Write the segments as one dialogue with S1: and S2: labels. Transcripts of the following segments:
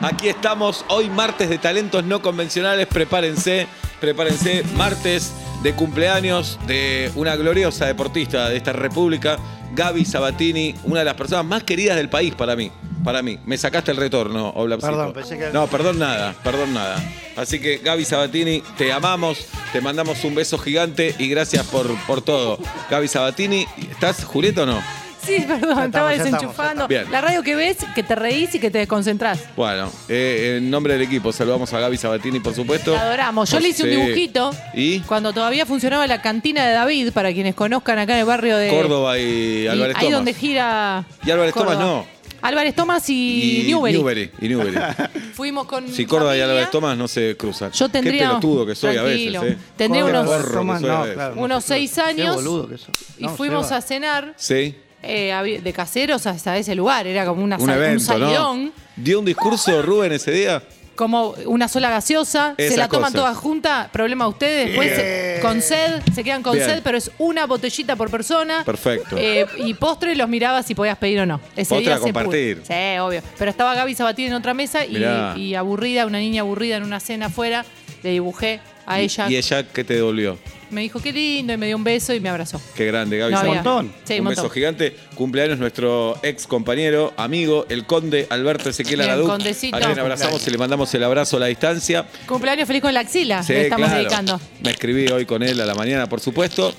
S1: Aquí estamos hoy martes de talentos no convencionales. Prepárense, prepárense martes de cumpleaños de una gloriosa deportista de esta república, Gaby Sabatini, una de las personas más queridas del país para mí. Para mí, me sacaste el retorno, Oblapsito.
S2: Perdón, pensé que-
S1: No, perdón nada, perdón nada. Así que Gaby Sabatini, te amamos, te mandamos un beso gigante y gracias por, por todo. Gaby Sabatini, ¿estás Julieta o no?
S3: Sí, perdón,
S2: Ya estamos,
S3: estaba
S2: ya estamos,
S3: desenchufando.
S1: ya estamos.
S3: La radio que ves, que te reís y que te desconcentrás.
S1: Bueno, eh, en nombre del equipo saludamos a Gaby Sabatini, por supuesto.
S3: La adoramos. Yo le hice
S1: Sí.
S3: un dibujito
S1: ¿Y?
S3: cuando todavía funcionaba la cantina de David, para quienes conozcan acá en el barrio de
S1: Córdoba y
S3: eh, y
S1: Álvarez
S3: ahí
S1: Thomas.
S3: donde gira.
S1: Y Álvarez
S3: Córdoba.
S1: Thomas no.
S3: Álvarez Thomas y, Newbery.
S1: Y Newbery.
S3: Fuimos con.
S1: si Córdoba y
S3: familia.
S1: Álvarez Thomas no se cruzan.
S3: Yo tendría-
S1: Qué pelotudo que soy a
S3: Tranquilo.
S1: veces. ¿eh?
S3: Tendría
S2: Córdoba,
S3: unos-
S2: Álvarez
S1: Forro que
S2: Thomas,
S1: soy a
S2: no,
S1: veces.
S2: claro, no.
S3: unos seis años.
S2: Qué boludo que sos.
S3: Y
S2: No,
S3: fuimos
S2: Seba.
S3: a cenar
S1: Sí.
S3: eh, había- de caseros hasta ese lugar. Era como una,
S1: Un
S3: sal- un
S1: evento,
S3: salidón.
S1: ¿no? ¿Dio un discurso Rubén ese día?
S3: como una sola gaseosa,
S1: Esas
S3: se la toman
S1: cosas.
S3: todas juntas, problema a ustedes, después se- con sed, se quedan con
S1: Bien.
S3: sed, pero es una botellita por persona.
S1: Perfecto.
S3: Eh, y postre los miraba si podías pedir o no. Ese
S1: Postre
S3: día
S1: a
S3: se pudo.
S1: compartir.
S3: Sí, obvio. Pero estaba Gaby Sabatini en otra mesa y,
S1: Mirá.
S3: y aburrida, una niña aburrida en una cena afuera, le dibujé a
S1: Y-
S3: ella.
S1: ¿Y ella qué te devolvió?
S3: Me dijo qué lindo y me dio un beso y me abrazó.
S1: Qué grande, Gaby.
S3: No
S1: Sabatini.
S3: había-
S2: montón.
S3: Sí,
S1: un
S3: un montón.
S1: beso gigante. Cumpleaños nuestro ex compañero, amigo, el conde Alberto Ezequiel
S3: El
S1: Araduc.
S3: condecito.
S1: A quien abrazamos y le mandamos el abrazo a la distancia.
S3: Cumpleaños feliz con la axila,
S1: Sí,
S3: le estamos
S1: claro.
S3: dedicando.
S1: Me escribí hoy con él a la mañana, por supuesto.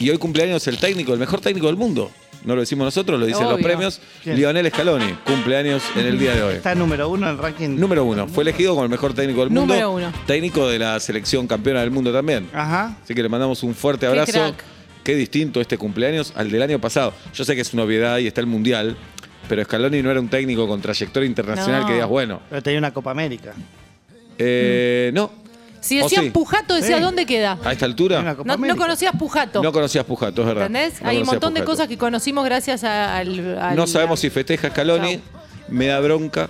S1: Y hoy cumpleaños el técnico, el mejor técnico del mundo. No lo decimos nosotros, lo dicen los
S3: Obvio.
S1: premios.
S2: ¿Quién?
S1: Lionel Scaloni, cumpleaños en el día de hoy.
S2: Está número uno en el ranking.
S1: Número uno, fue elegido como el mejor técnico del mundo.
S3: Número uno.
S1: Técnico de la selección campeona del mundo también.
S2: Ajá.
S1: Así que le mandamos un fuerte
S3: Qué
S1: abrazo.
S3: crack.
S1: Qué distinto este cumpleaños al del año pasado. Yo sé que es una obviedad y está el Mundial, pero Scaloni no era un técnico con trayectoria internacional
S3: No.
S1: que digas, bueno,
S2: Pero tenía una Copa América.
S1: eh, no.
S3: Si
S1: ¿O
S3: decías
S1: sí?
S3: Pujato, decías
S2: Sí.
S3: dónde queda.
S1: A esta altura.
S2: Tenía una Copa
S3: No, no
S2: América.
S3: conocías Pujato.
S1: No conocías Pujato, es verdad.
S3: ¿Entendés?
S1: No
S3: Hay un
S1: conocías
S3: montón de
S1: Pujato.
S3: cosas que conocimos gracias a- al, al-
S1: No sabemos si festeja Scaloni,
S3: Chau.
S1: me da bronca.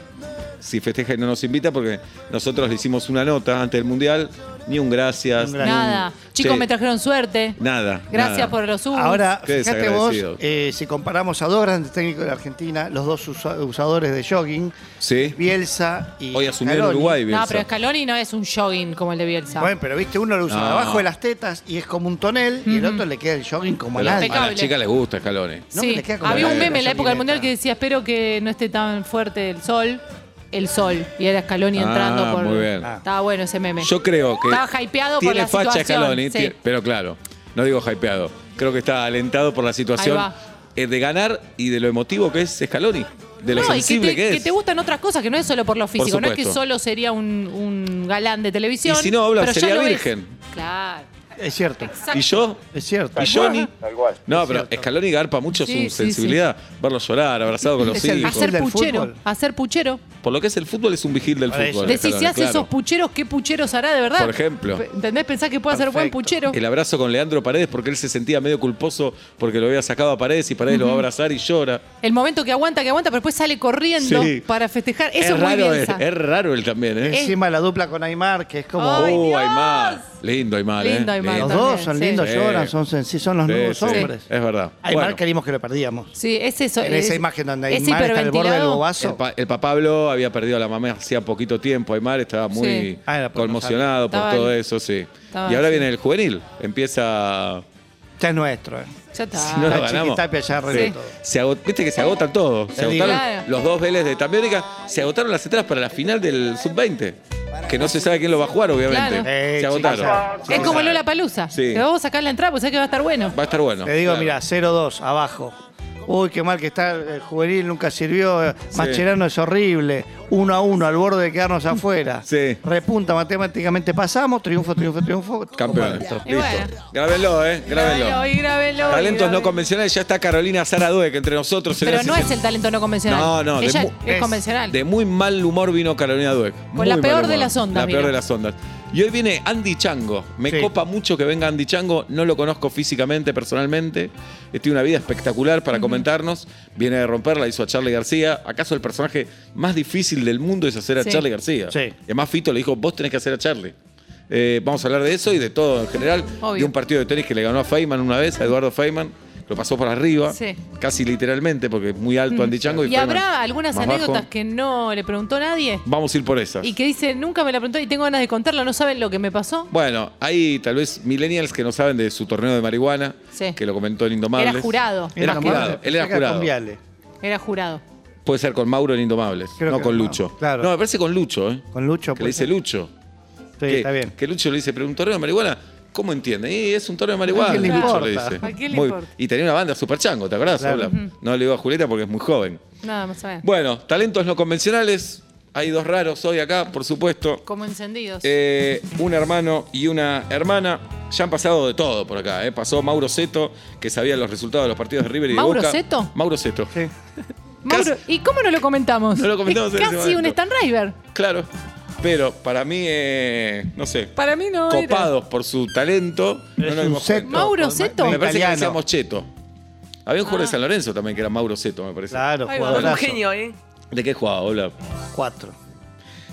S1: Si festeja y no nos invita, porque nosotros le hicimos una nota antes del Mundial, ni un gracias.
S2: Ni un
S1: ni
S2: gracias.
S3: Nada. Chicos,
S1: Che,
S3: me trajeron suerte.
S1: Nada.
S3: Gracias
S1: nada.
S3: por los subs.
S2: Ahora,
S1: Qué
S2: fíjate vos,
S1: desagradecidos.
S2: eh, si comparamos a dos grandes técnicos de la Argentina, los dos usa- usadores de jogging,
S1: Sí.
S2: Bielsa y.
S1: Hoy asumió en
S2: Scaloni.
S1: Uruguay, Bielsa.
S3: no, pero Scaloni no es un jogging como el de Bielsa.
S2: Bueno, pero viste, uno lo usa
S1: No.
S2: abajo de las tetas y es como un tonel, y el otro le queda el jogging como a
S1: Pero
S2: nadie.
S1: a las
S3: Impecable.
S1: chicas les gusta Scaloni.
S2: no,
S3: sí.
S2: le queda como
S3: Había
S1: la-
S3: un meme en
S2: la
S3: la época del mundial que
S2: joguineta.
S3: decía, espero que no esté tan fuerte el sol. El sol. Y era Scaloni
S1: Ah,
S3: entrando por.
S1: muy bien.
S2: Ah.
S3: Estaba bueno ese meme.
S1: Yo creo que.
S3: Estaba hypeado por
S1: tiene
S3: la
S1: facha
S3: situación,
S1: Scaloni,
S3: sí.
S1: tiene- pero claro, no digo hypeado. Creo que está alentado por la situación
S3: Ahí va.
S1: eh, de ganar y de lo emotivo que es Scaloni. De lo
S3: no, y que
S1: sensible
S3: te,
S1: que, es.
S3: que te gustan otras cosas, que no es solo por lo físico, no es que
S1: supuesto.
S3: solo sería un, un galán de televisión.
S1: Y si no habla,
S3: pero ya
S1: sería
S3: lo es.
S1: virgen.
S3: Claro.
S2: Es cierto,
S3: Exacto.
S1: ¿Y yo?
S2: es cierto.
S1: ¿Y Johnny? No, pero
S2: cierto.
S1: Scaloni garpa mucho
S3: Sí,
S1: su
S3: sí,
S1: sensibilidad. Verlo llorar, abrazado con los
S2: Es el
S1: hijos.
S2: Vigil
S3: Hacer
S2: del
S3: puchero.
S2: fútbol.
S3: Hacer puchero.
S1: Por lo que es el fútbol, es un vigil del
S2: Por eso.
S1: fútbol.
S2: Bueno,
S3: Decís,
S1: Scaloni,
S3: si hace
S1: claro.
S3: esos pucheros, ¿qué pucheros hará de verdad?
S1: Por ejemplo.
S3: Pe- ¿Entendés? Pensás que puede ser buen
S2: Perfecto.
S3: puchero.
S1: El abrazo con Leandro Paredes porque él se sentía medio culposo porque lo había sacado a Paredes y Paredes lo va a abrazar y llora.
S3: El momento que aguanta, que aguanta, pero después sale corriendo
S1: Sí.
S3: para festejar. Eso es, muy
S1: raro él,
S3: Bielsa.
S1: es raro él también, ¿eh?
S2: Encima la dupla con Aymar, que es como.
S3: ¡Ay,
S1: oh,
S3: Dios!
S1: Aymar. Lindo Aymar, ¿eh?
S3: Lindo Aymar
S2: Los
S3: también,
S2: dos son
S3: sí.
S2: lindos,
S1: Sí.
S2: lloran, son sencillos, son los
S1: Sí,
S2: nuevos
S1: sí,
S2: hombres.
S1: es verdad.
S2: Aymar
S1: Bueno.
S2: creímos que lo perdíamos.
S3: Sí, es eso.
S2: En
S3: es-
S2: esa imagen donde
S3: es
S2: Aymar está al borde del
S3: hiperventilado.
S1: El,
S2: bobazo.
S1: pa- el papá Pablo había perdido a la mamá hacía poquito tiempo. Aymar estaba muy
S3: Sí.
S2: Ah, era por
S1: conmocionado por
S3: Estaba-
S1: todo eso, sí.
S3: estaba-
S1: y ahora
S3: sí.
S1: viene el juvenil. Empieza.
S2: Ya es nuestro. eh.
S3: Ya está.
S1: Si no lo
S2: la
S1: ganamos.
S2: Chiquitapia ya arregló
S3: Sí.
S2: todo.
S1: Se agot- Viste que se agotan todos. Se
S2: Te digo.
S1: agotaron
S3: Claro.
S1: los dos Vélez de Tambiónica. Se agotaron las entradas para la final del sub-20. Que no se sabe quién lo va a jugar, obviamente.
S3: Claro.
S2: Eh,
S1: se agotaron.
S2: chiquita.
S3: Es como Lola Palusa.
S1: Sí.
S3: Te vamos a sacar la entrada, pues sabés que va a estar bueno.
S1: Va a estar bueno.
S2: Te digo,
S1: Claro.
S2: mira, 0-2, abajo. Uy, qué mal que está el juvenil, nunca sirvió. Macherano es horrible. 1 a 1 al borde de quedarnos afuera.
S1: Sí.
S2: Repunta matemáticamente, pasamos. Triunfo, triunfo, triunfo.
S1: Campeón.
S2: Listo.
S3: Y bueno.
S1: Grábenlo, ¿eh? Grábenlo.
S3: Grábelo, y grábelo, y
S1: Talentos no
S3: grábelo.
S1: convencionales. Ya está Carolina Sara Dueck entre nosotros.
S3: Pero
S1: Señoras y
S3: no es
S1: señores.
S3: el talento no convencional.
S1: No, no, de
S3: Ella
S1: mu-
S3: es,
S2: es-
S3: convencional.
S1: De muy mal humor vino Carolina Dueck. Muy
S3: la
S1: mal
S3: peor de
S1: humor.
S3: las ondas,
S1: La peor
S3: mira.
S1: de las ondas. Y hoy viene Andy Chango. Me
S2: Sí.
S1: copa mucho que venga Andy Chango. No lo conozco físicamente, personalmente. Eh, Tiene una vida espectacular para comentarnos. Viene de romperla, hizo a Charlie García. ¿Acaso el personaje más difícil del mundo es hacer a
S3: Sí.
S1: Charlie García?
S2: Sí.
S1: Y además Fito le dijo, vos tenés que hacer a Charlie. Eh, vamos a hablar de eso y de todo en general.
S3: Obvio.
S1: De un partido de tenis que le ganó a Feynman una vez, a Eduardo Feynman. lo pasó por arriba,
S3: Sí.
S1: casi literalmente, porque muy alto Andy Chango.
S3: Y
S1: fue
S3: habrá
S1: más-
S3: algunas
S1: más bajo.
S3: anécdotas que no le preguntó nadie
S1: Vamos a ir por esas.
S3: y que dice, nunca me la preguntó y tengo ganas de contarla, no saben lo que me pasó.
S1: Bueno, hay tal vez millennials que no saben de su torneo de marihuana,
S3: Sí.
S1: que lo comentó en Indomables.
S3: Era jurado.
S1: Era
S3: Más que-
S1: jurado, él era
S2: Saca
S1: jurado.
S2: con Viale.
S3: Era jurado.
S1: Puede ser con Mauro en Indomables,
S2: Creo
S1: no
S2: que
S1: con
S2: no,
S1: Lucho.
S2: claro.
S1: No, me parece con Lucho, ¿eh?
S2: Con Lucho.
S1: que le dice Lucho.
S2: Sí,
S1: que,
S2: está bien.
S1: Que Lucho le dice, pero un torneo de marihuana, ¿cómo entiende? Y es un torneo de marihuana.
S2: ¿A quién le
S1: Lucho
S2: importa?
S3: ¿A quién le importa?
S1: Y tenía una banda super chango, ¿te acordás?
S2: Claro.
S1: Hola. No le digo a Julieta porque es muy joven.
S3: Nada más o menos.
S1: Bueno, talentos no convencionales. Hay dos raros hoy acá, por supuesto.
S3: Como encendidos.
S1: Eh, un hermano y una hermana. Ya han pasado de todo por acá. ¿eh? Pasó Mauro Seto, que sabía los resultados de los partidos de River y de
S3: ¿Mauro
S1: Boca.
S3: Seto?
S1: Mauro Seto.
S2: Sí.
S3: Mauro,
S1: casi-
S3: ¿y cómo no lo comentamos?
S1: No lo comentamos
S3: Es
S1: en ese
S3: casi un
S1: momento.
S3: Stan River.
S1: Claro. Pero para mí, eh, no sé.
S3: Para mí no era.
S1: Copados por su talento. no
S2: Es
S1: nos
S2: un
S1: dimos
S2: Seto.
S1: cuenta.
S3: Mauro Seto.
S1: Me parece que
S2: Italiano.
S1: decíamos Cheto. Había un jugador
S3: Ah.
S1: de San Lorenzo también que era Mauro Seto, me parece.
S2: Claro,
S3: Ahí va.
S2: jugadorazo.
S4: Un genio, ¿eh?
S1: ¿De qué jugaba? Hola.
S2: Cuatro.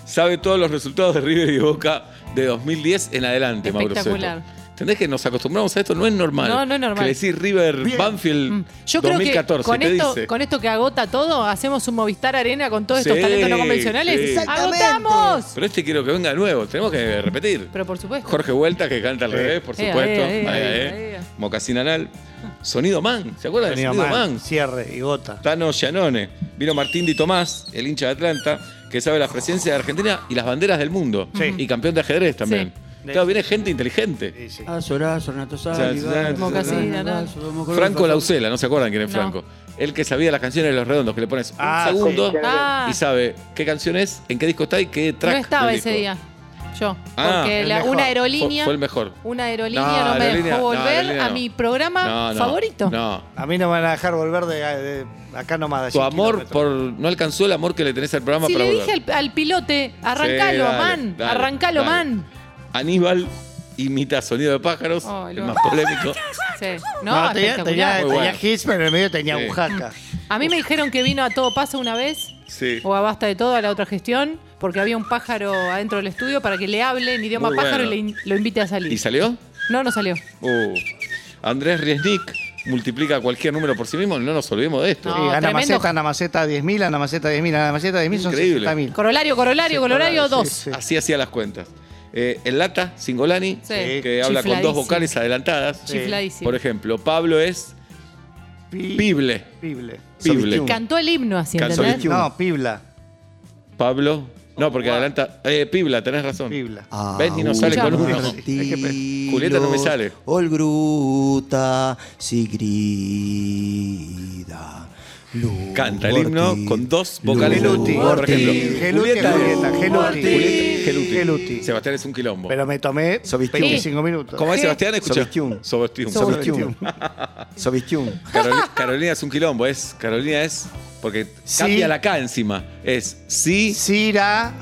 S1: Sabe todos los resultados de River y Boca de 2010 en adelante, Mauro Seto.
S3: Espectacular.
S1: ¿Entendés que nos acostumbramos a esto? No es normal.
S3: No, no es normal.
S1: Que decir River Banfield
S3: Mm. Yo creo
S1: 2014,
S3: que con
S1: te
S3: esto,
S1: dice.
S3: con esto que agota todo, hacemos un Movistar Arena con todos estos
S1: Sí,
S3: talentos no convencionales.
S1: sí.
S4: Exactamente.
S3: ¡Agotamos!
S1: Pero este quiero que venga nuevo, tenemos que repetir.
S3: Pero por supuesto.
S1: Jorge Vuelta, que canta al
S2: Sí.
S1: revés, por
S3: Ea,
S1: supuesto.
S3: ea, ea,
S1: Ahí,
S3: ea,
S1: ahí.
S3: ea.
S1: Mocasín anal. Sonido Man, ¿se acuerdan
S2: Sonido
S1: de Sonido Man?
S2: Man, Cierre y gota.
S1: Tano Gianone. Vino Martín Di Tomás, el hincha de Atlanta, que sabe las presencias de Argentina y las banderas del mundo.
S2: Sí.
S1: Y campeón de ajedrez también.
S2: Sí.
S1: Claro, viene gente inteligente.
S2: Sí, sí.
S3: Ah,
S4: Azorazo, Renato
S1: Sali, Sali,
S3: Mocasín,
S1: Franco Lausela, no se acuerdan quién es
S3: No.
S1: Franco. El que sabía las canciones de Los Redondos, que le pones un
S2: Ah, sí.
S1: segundo
S3: Ah,
S1: y sabe qué canción es, en qué disco está y qué track
S3: no estaba
S1: del
S3: ese
S1: disco.
S3: día. Yo.
S1: Ah,
S3: porque
S2: el
S3: la-
S2: mejor.
S3: una
S1: Fue-
S3: aerolínea.
S1: Fue, el mejor.
S3: Una aerolínea
S1: No,
S3: no, me
S1: aerolínea- no,
S3: dejó volver
S1: aerolínea
S3: a
S1: no.
S3: mi programa
S1: No, no,
S3: favorito.
S1: No.
S2: A mí no me van a dejar volver de, de acá nomás. de
S1: Tu
S2: 100
S1: amor
S2: kilómetros.
S1: por no alcanzó el amor que le tenés al programa
S3: Si
S1: para
S3: le
S1: volver.
S3: dije al, al pilote,
S1: Sí,
S3: arrancalo,
S1: dale,
S3: man,
S1: dale,
S3: arrancalo,
S1: dale.
S3: man.
S1: Aníbal imita sonido de pájaros,
S3: Oh,
S1: el
S3: lo-
S1: más polémico.
S3: Sí. No,
S2: No, tenía, tenía,
S3: espectacular.
S2: tenía
S1: Muy bueno.
S2: hits, pero en el medio tenía
S1: Sí.
S2: agujaca.
S3: A mí me dijeron que vino a todo paso una vez,
S1: Sí.
S3: o a basta de todo, a la otra gestión, porque había un pájaro adentro del estudio para que le hable en idioma
S1: Muy
S3: pájaro
S1: bueno.
S3: y le in- lo invite a
S1: ¿Y
S3: salir.
S1: salió?
S3: No, no salió.
S1: Uh. Andrés Riesnik multiplica cualquier número por sí mismo, no nos olvidemos de esto.
S3: No,
S2: Sí, Ana
S3: tremendo.
S2: Maceta, Ana Maceta 10.000, Ana Maceta 10.000, Ana Maceta 10.000 son
S1: Increíble.
S2: 60.000.
S3: Corolario, corolario, corolario,
S2: corolario,
S3: dos.
S2: sí, sí.
S1: Así hacía las cuentas. Eh, el Lata, Singolani,
S3: Sí.
S1: que habla con dos
S3: Chifladísimo.
S1: vocales adelantadas.
S2: Sí.
S3: Chifladísimo.
S1: Por ejemplo, Pablo es
S2: Pi-
S1: Pible.
S2: Pible.
S1: Pible.
S2: Sobichum.
S3: Cantó el himno así,
S1: Cantó el
S3: ¿entendés?
S1: himno.
S2: No, Pibla.
S1: Pablo. No, porque adelanta. Eh, Pibla, tenés razón.
S2: Pibla.
S1: ¿Ves? Ni nos sale con uno. Julieta no me sale.
S5: Olgruta, Sigrida.
S1: Canta el himno con dos vocales.
S2: Geluti.
S1: Por ejemplo,
S2: Geluti,
S1: Julieta-
S2: Julieta, Geluti.
S1: Julieta- Geluti.
S2: Geluti.
S1: Sebastián es un quilombo.
S2: Pero me tomé
S5: Sobichum.
S2: 25 minutos.
S1: ¿Cómo es
S3: ¿Qué?
S1: Sebastián? Escucha.
S5: Sobistium.
S1: Sobistium.
S5: Sobistium. Sobistium.
S1: Caroli- Carolina es un quilombo. Es, Carolina es. Porque
S2: Sí.
S1: cambia la K encima. Es sí,
S2: Cira,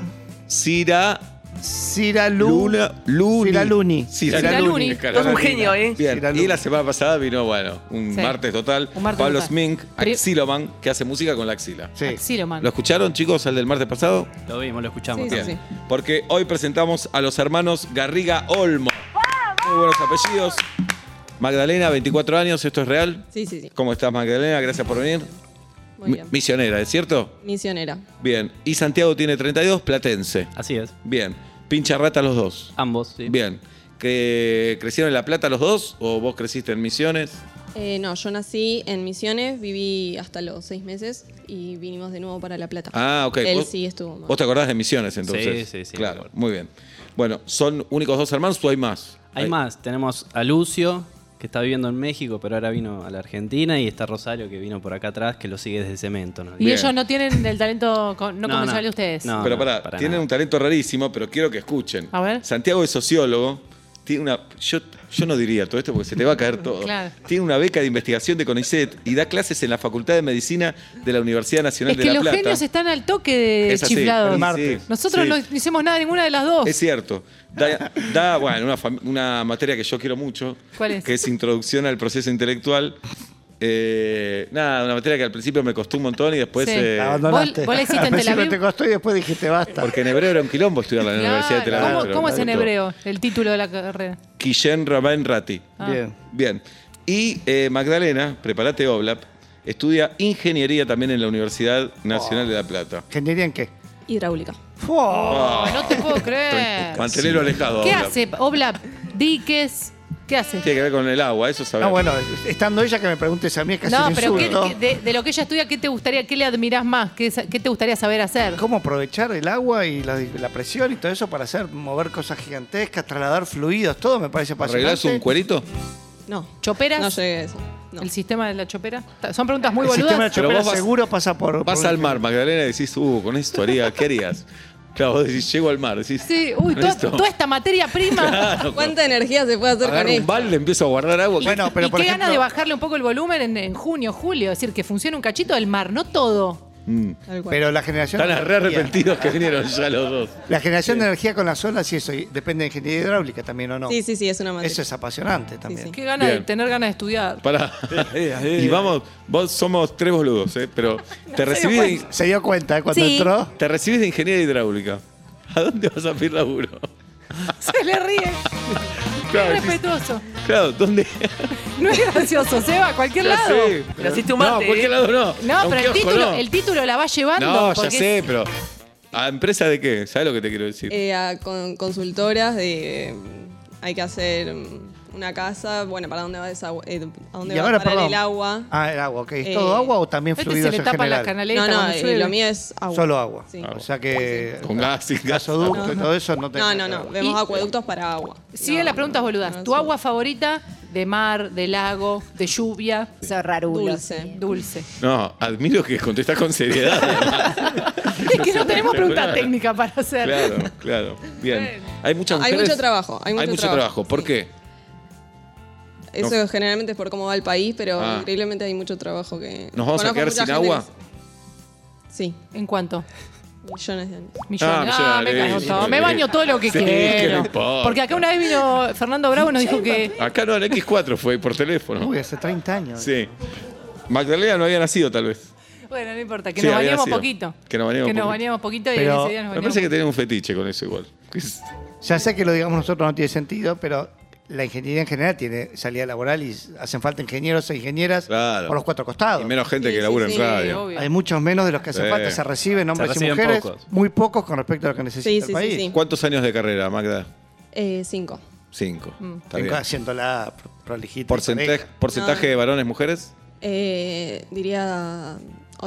S1: Cira,
S2: Cira Lu.
S1: Luna, Luni.
S2: Cira Luni.
S1: Cira,
S3: Cira
S1: Luni.
S3: Luni.
S1: es Carolina.
S4: Es un genio, ¿eh?
S1: Bien.
S2: Cira
S1: Y
S2: Luni.
S1: la semana pasada vino, bueno, un
S3: Sí.
S1: martes total.
S3: Un martes
S1: Pablo
S3: total.
S1: Smink,
S3: Pri-
S1: Axiloman, que hace música con la axila.
S2: Sí.
S3: Sí, lo
S1: ¿Lo
S3: mando.
S1: escucharon, chicos, el del martes pasado?
S6: Lo vimos, lo escuchamos.
S3: Sí,
S1: Bien.
S3: sí, sí.
S1: Porque hoy presentamos a los hermanos Garriga Olmo. Muy buenos apellidos. Magdalena, 24 años, ¿esto es real?
S7: Sí, sí, sí.
S1: ¿Cómo estás, Magdalena? Gracias por venir.
S7: Muy
S1: Mi-
S7: bien.
S1: Misionera, ¿es cierto?
S7: Misionera.
S1: Bien. Y Santiago tiene 32, platense.
S6: Así es.
S1: Bien. Pincha rata los dos.
S6: Ambos, Ah, sí.
S1: Bien. ¿Que ¿Crecieron en La Plata los dos o vos creciste en Misiones?
S7: Eh, no, yo nací en Misiones, viví hasta los seis meses y vinimos de nuevo para La Plata.
S1: Ah, ok.
S7: Él
S1: Vos-
S7: sí estuvo más.
S1: ¿Vos te acordás de Misiones entonces?
S6: Sí, sí, sí, me
S1: Claro,
S6: acuerdo.
S1: muy bien. Bueno, ¿son únicos dos hermanos o hay más?
S6: Hay más. Tenemos a Lucio, que está viviendo en México, pero ahora vino a la Argentina. Y está Rosario, que vino por acá atrás, que lo sigue desde Cemento. ¿no?
S3: Y
S1: Bien.
S3: ellos no tienen el talento con- no,
S6: No,
S3: convencional
S6: no.
S3: de ustedes.
S6: No.
S1: pero pará,
S6: para
S1: tienen
S6: nada.
S1: un talento rarísimo, pero quiero que escuchen.
S3: Ah, A ver.
S1: Santiago es sociólogo. Tiene una, yo, yo no diría todo esto porque se te va a caer todo.
S3: Claro.
S1: Tiene una beca de investigación de CONICET y da clases en la Facultad de Medicina de la Universidad Nacional
S3: Es
S1: de
S3: que
S1: La
S3: los
S1: Plata.
S3: genios están al toque de
S1: Es así,
S3: chiflados.
S1: sí,
S2: Martes.
S3: Nosotros
S1: sí.
S3: no hicimos nada de ninguna de las dos.
S1: Es cierto. Da, da, bueno, una, fam- una materia que yo quiero mucho.
S3: ¿Cuál es?
S1: Que es Introducción al Proceso Intelectual. Eh, nada, una materia que al principio me costó un montón y después...
S3: Sí.
S1: eh,
S2: La abandonaste.
S3: Vos- vos la hiciste en
S2: Al
S3: Tel
S2: principio
S3: Aviv.
S2: te costó y después dijiste basta.
S1: porque en hebreo era un quilombo estudiar en la
S3: Claro.
S1: Universidad de Tel Aviv.
S3: ¿Cómo,
S1: pero
S3: cómo es
S1: me
S3: en
S1: gustó.
S3: hebreo el título de la carrera?
S1: Kishen Raben Rati.
S3: Ah.
S2: Bien.
S1: Bien. Y eh, Magdalena, prepárate Oblap, estudia ingeniería también en la Universidad Nacional de La Plata.
S2: ¿Ingeniería en qué?
S7: Hidráulica.
S2: Fua.
S1: Ah,
S3: Ay, no te puedo creer.
S1: Mantenerlo alejado.
S3: ¿Qué
S1: Oblap.
S3: hace? Obla, diques. ¿Qué hace?
S1: Tiene que ver con el agua, eso sabemos.
S2: No, Ah, bueno, estando ella que me preguntes a mí es casi
S3: No,
S2: un
S3: pero ¿qué-
S2: insulto.
S3: qué- de, de lo que ella estudia, ¿qué te gustaría, qué le admirás más? ¿Qué, sa- qué te gustaría saber hacer?
S2: ¿Cómo aprovechar el agua y la, la presión y todo eso para hacer mover cosas gigantescas, trasladar fluidos? Todo me parece apasionante.
S1: ¿Arreglás un cuerito?
S7: No.
S3: ¿Choperas?
S7: No llegué a eso. No.
S3: ¿El sistema de la chopera? Ta- Son preguntas muy
S2: el sistema de
S3: boludas.
S1: Pero
S2: chopera
S1: vos vas-
S2: seguro pasa por...
S1: Vas
S2: por-
S1: al mar, Magdalena, y decís, uh, con esto haría, ¿qué harías? Claro, vos decís, llego al mar, decís.
S3: Sí, uh, uy,
S1: con
S3: to-
S1: esto-
S3: toda esta materia prima.
S1: Claro, con-
S7: ¿Cuánta energía se puede hacer con
S1: agarro un
S7: esto?
S1: balde, empiezo a guardar agua.
S3: Y-
S2: Bueno, pero
S3: y
S2: por
S3: qué
S2: ejemplo-
S3: ganas de bajarle un poco el volumen en, en junio, julio. Es decir, que funcione un cachito del mar, no todo.
S1: Mm.
S7: Tal cual.
S2: Pero la generación... de
S1: Están re
S2: energía-
S1: arrepentidos que vinieron ya los dos.
S2: La generación de energía con las olas y eso y depende de ingeniería hidráulica también o no.
S7: Sí, sí, sí, es una materia.
S2: Eso es apasionante también.
S7: sí.
S3: Qué ganas de
S1: Bien.
S3: tener ganas de estudiar.
S1: Pará. y vamos, vos somos tres boludos, ¿eh? Pero te recibís, de,
S2: ¿Se dio cuenta eh, cuando
S3: Sí.
S2: entró?
S1: te recibís de ingeniería hidráulica. ¿A dónde vas a pedir laburo?
S3: Se le ríe. Qué
S1: Claro, decís,
S3: respetuoso.
S1: claro ¿dónde?
S3: No es gracioso, se va a cualquier
S1: Ya
S3: lado.
S1: sé, pero-
S4: hiciste un
S1: No,
S4: mate,
S1: ¿por qué
S4: ¿eh?
S1: lado no? A
S3: No,
S1: un
S3: pero el
S1: kiosco
S3: título,
S1: no.
S3: el título la va llevando.
S1: No, ya
S3: porque
S1: sé,
S3: es-
S1: pero. ¿A empresa de qué? ¿Sabes lo que te quiero decir?
S7: Eh, a con- consultoras de eh, hay que hacer mm, una casa, bueno, para dónde va esa agu- eh, a dónde
S2: Y
S7: va
S2: ahora,
S7: a parar
S2: perdón.
S7: el agua.
S2: Ah, el agua, ok. ¿Es
S7: Eh,
S2: todo agua o también
S3: Este se
S2: fluidos
S3: le
S2: en
S3: tapan las
S2: general?
S3: canaletas
S7: no, no,
S3: cuando
S7: eh,
S3: llueve.
S7: lo mío es agua.
S2: Solo agua.
S7: Sí.
S2: O sea que...
S1: Con gas, sin gas.
S2: gasoducto y todo eso no te...
S7: No, no, no, vemos
S3: Y-
S7: acueductos para agua.
S3: Sigue
S7: No,
S3: las preguntas boludas.
S7: no,
S3: ¿Tu
S7: sí.
S3: agua favorita de mar, de lago, de lluvia?
S4: Eso rarulo.
S7: Dulce.
S3: Dulce.
S1: No, admiro que contestás con seriedad. además.
S3: Es que no tenemos pregunta
S1: Claro.
S3: técnica para hacer.
S1: Claro, claro. Bien. Hay muchas
S7: Hay
S1: mujeres-
S7: mucho trabajo, hay mucho trabajo,
S1: ¿Por
S7: sí.
S1: qué?
S7: Eso generalmente es por cómo va el país, pero
S1: Ah.
S7: increíblemente hay mucho trabajo que.
S1: ¿Nos vamos a
S7: Conozco
S1: quedar
S7: mucha
S1: sin
S7: gente que-
S1: agua?
S7: Sí,
S3: ¿En cuánto?
S7: millones de años.
S3: Millones.
S1: Ah,
S3: Ah,
S1: millones,
S3: me cago
S1: sí,
S3: todo.
S1: sí.
S3: Me baño todo lo que
S1: Sí, ¿qué
S3: quiero.
S1: me importa?
S3: Porque acá una vez vino Fernando Bravo y nos dijo que.
S1: Acá no, en X4 fue por teléfono.
S2: Uy, hace 30 años.
S1: Sí. Magdalena no había nacido, tal vez.
S3: Bueno, no importa, que
S1: Sí,
S3: nos
S1: había
S3: bañamos
S1: sido.
S3: poquito.
S1: Que nos bañemos poquito.
S3: poquito y
S2: Pero-
S3: ese día nos
S1: Me
S3: bañamos.
S1: parece que tenés un fetiche con eso igual. Que es-
S2: Ya sé que lo digamos nosotros no tiene sentido, pero la ingeniería en general tiene salida laboral y hacen falta ingenieros e ingenieras
S1: Claro.
S2: por los cuatro costados.
S1: Y menos gente
S7: Sí,
S1: que
S7: sí,
S1: labura
S7: sí,
S1: en radio.
S3: obvio.
S2: Hay muchos menos de los que hacen
S1: Sí.
S2: falta, se reciben hombres
S6: Se reciben
S2: y mujeres,
S6: pocos.
S2: muy pocos con respecto a lo que necesita
S7: Sí,
S2: el
S7: sí,
S2: país.
S7: sí, sí.
S1: ¿Cuántos años de carrera, Magda?
S7: Eh, cinco.
S1: Cinco.
S3: Mm.
S1: Está
S2: Vengo
S1: bien.
S2: haciendo la prolijita.
S1: Porcentaje,
S2: pareja.
S1: porcentaje
S7: No.
S1: de varones, mujeres.
S7: Eh, diría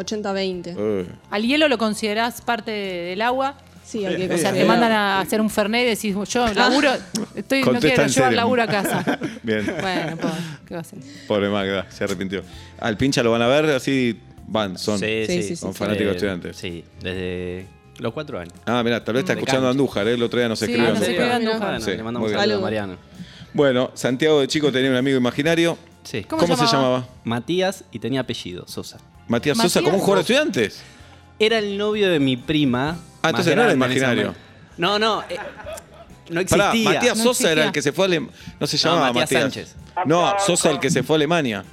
S7: 80-20.
S1: Eh,
S3: Al hielo lo considerás parte del agua.
S7: Sí, hay que
S3: O sea, te
S7: considerar.
S3: mandan a hacer un fernet y decís, yo laburo, estoy, no
S1: Ah. Contesta
S3: quiero
S1: en
S3: llevar
S1: serio.
S3: laburo a casa.
S1: Bien.
S3: Bueno, pues, ¿qué va a hacer?
S1: Pobre Magda, se arrepintió. Al pincha lo van a ver, así van, son.
S6: Sí, sí,
S7: Sí, sí,
S1: son
S7: sí.
S1: fanáticos
S6: Eh,
S1: estudiantes.
S6: Sí, desde los cuatro años.
S1: Ah, mirá, tal vez está
S6: De
S1: escuchando a
S6: cancha.
S1: Andújar, ¿eh? el otro día nos
S3: Sí,
S1: escribió.
S3: nos
S1: Andújar.
S3: escribió Andújar.
S6: Bueno,
S1: Sí,
S6: le mandamos
S1: muy
S6: un
S1: bien.
S6: saludo a
S7: Saludo.
S6: Mariano.
S1: Bueno, Santiago de Chico tenía un amigo imaginario.
S6: Sí.
S3: ¿Cómo
S1: ¿Cómo,
S3: se
S1: se
S3: llamaba?
S1: llamaba?
S6: Matías y tenía apellido, Sosa.
S1: Matías Sosa,
S3: Matías
S1: como un jugador de
S3: Sosa.
S1: estudiantes.
S6: Era el novio de mi prima.
S1: Ah,
S6: más
S1: entonces no era
S6: grande en ese
S1: imaginario.
S6: momento. No, no. eh, no
S1: Pará,
S6: existía.
S1: Matías
S3: No
S1: Sosa era
S3: existía.
S1: el que se fue a Alemania. No se llamaba
S6: Matías
S1: Matías.
S6: Sánchez.
S1: No, Sosa el que se fue a Alemania.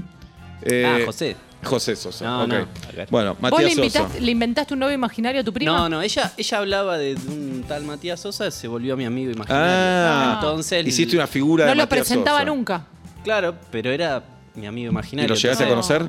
S1: Eh,
S6: Ah, José.
S1: José Sosa.
S6: No,
S1: ok.
S6: no, acá.
S1: Bueno,
S3: ¿Vos le,
S1: Matías Sosa.
S3: invitaste- le inventaste un novio imaginario a tu prima?
S6: No, no, ella, ella hablaba de un tal Matías Sosa, se volvió mi amigo imaginario.
S1: Ah,
S6: entonces.
S1: hiciste una figura
S3: No
S1: de
S3: lo
S1: Matías
S3: presentaba
S1: Sosa.
S3: nunca.
S6: Claro, pero era mi amigo
S1: ¿Y
S6: imaginario.
S1: lo llegaste a
S3: No.
S1: conocer?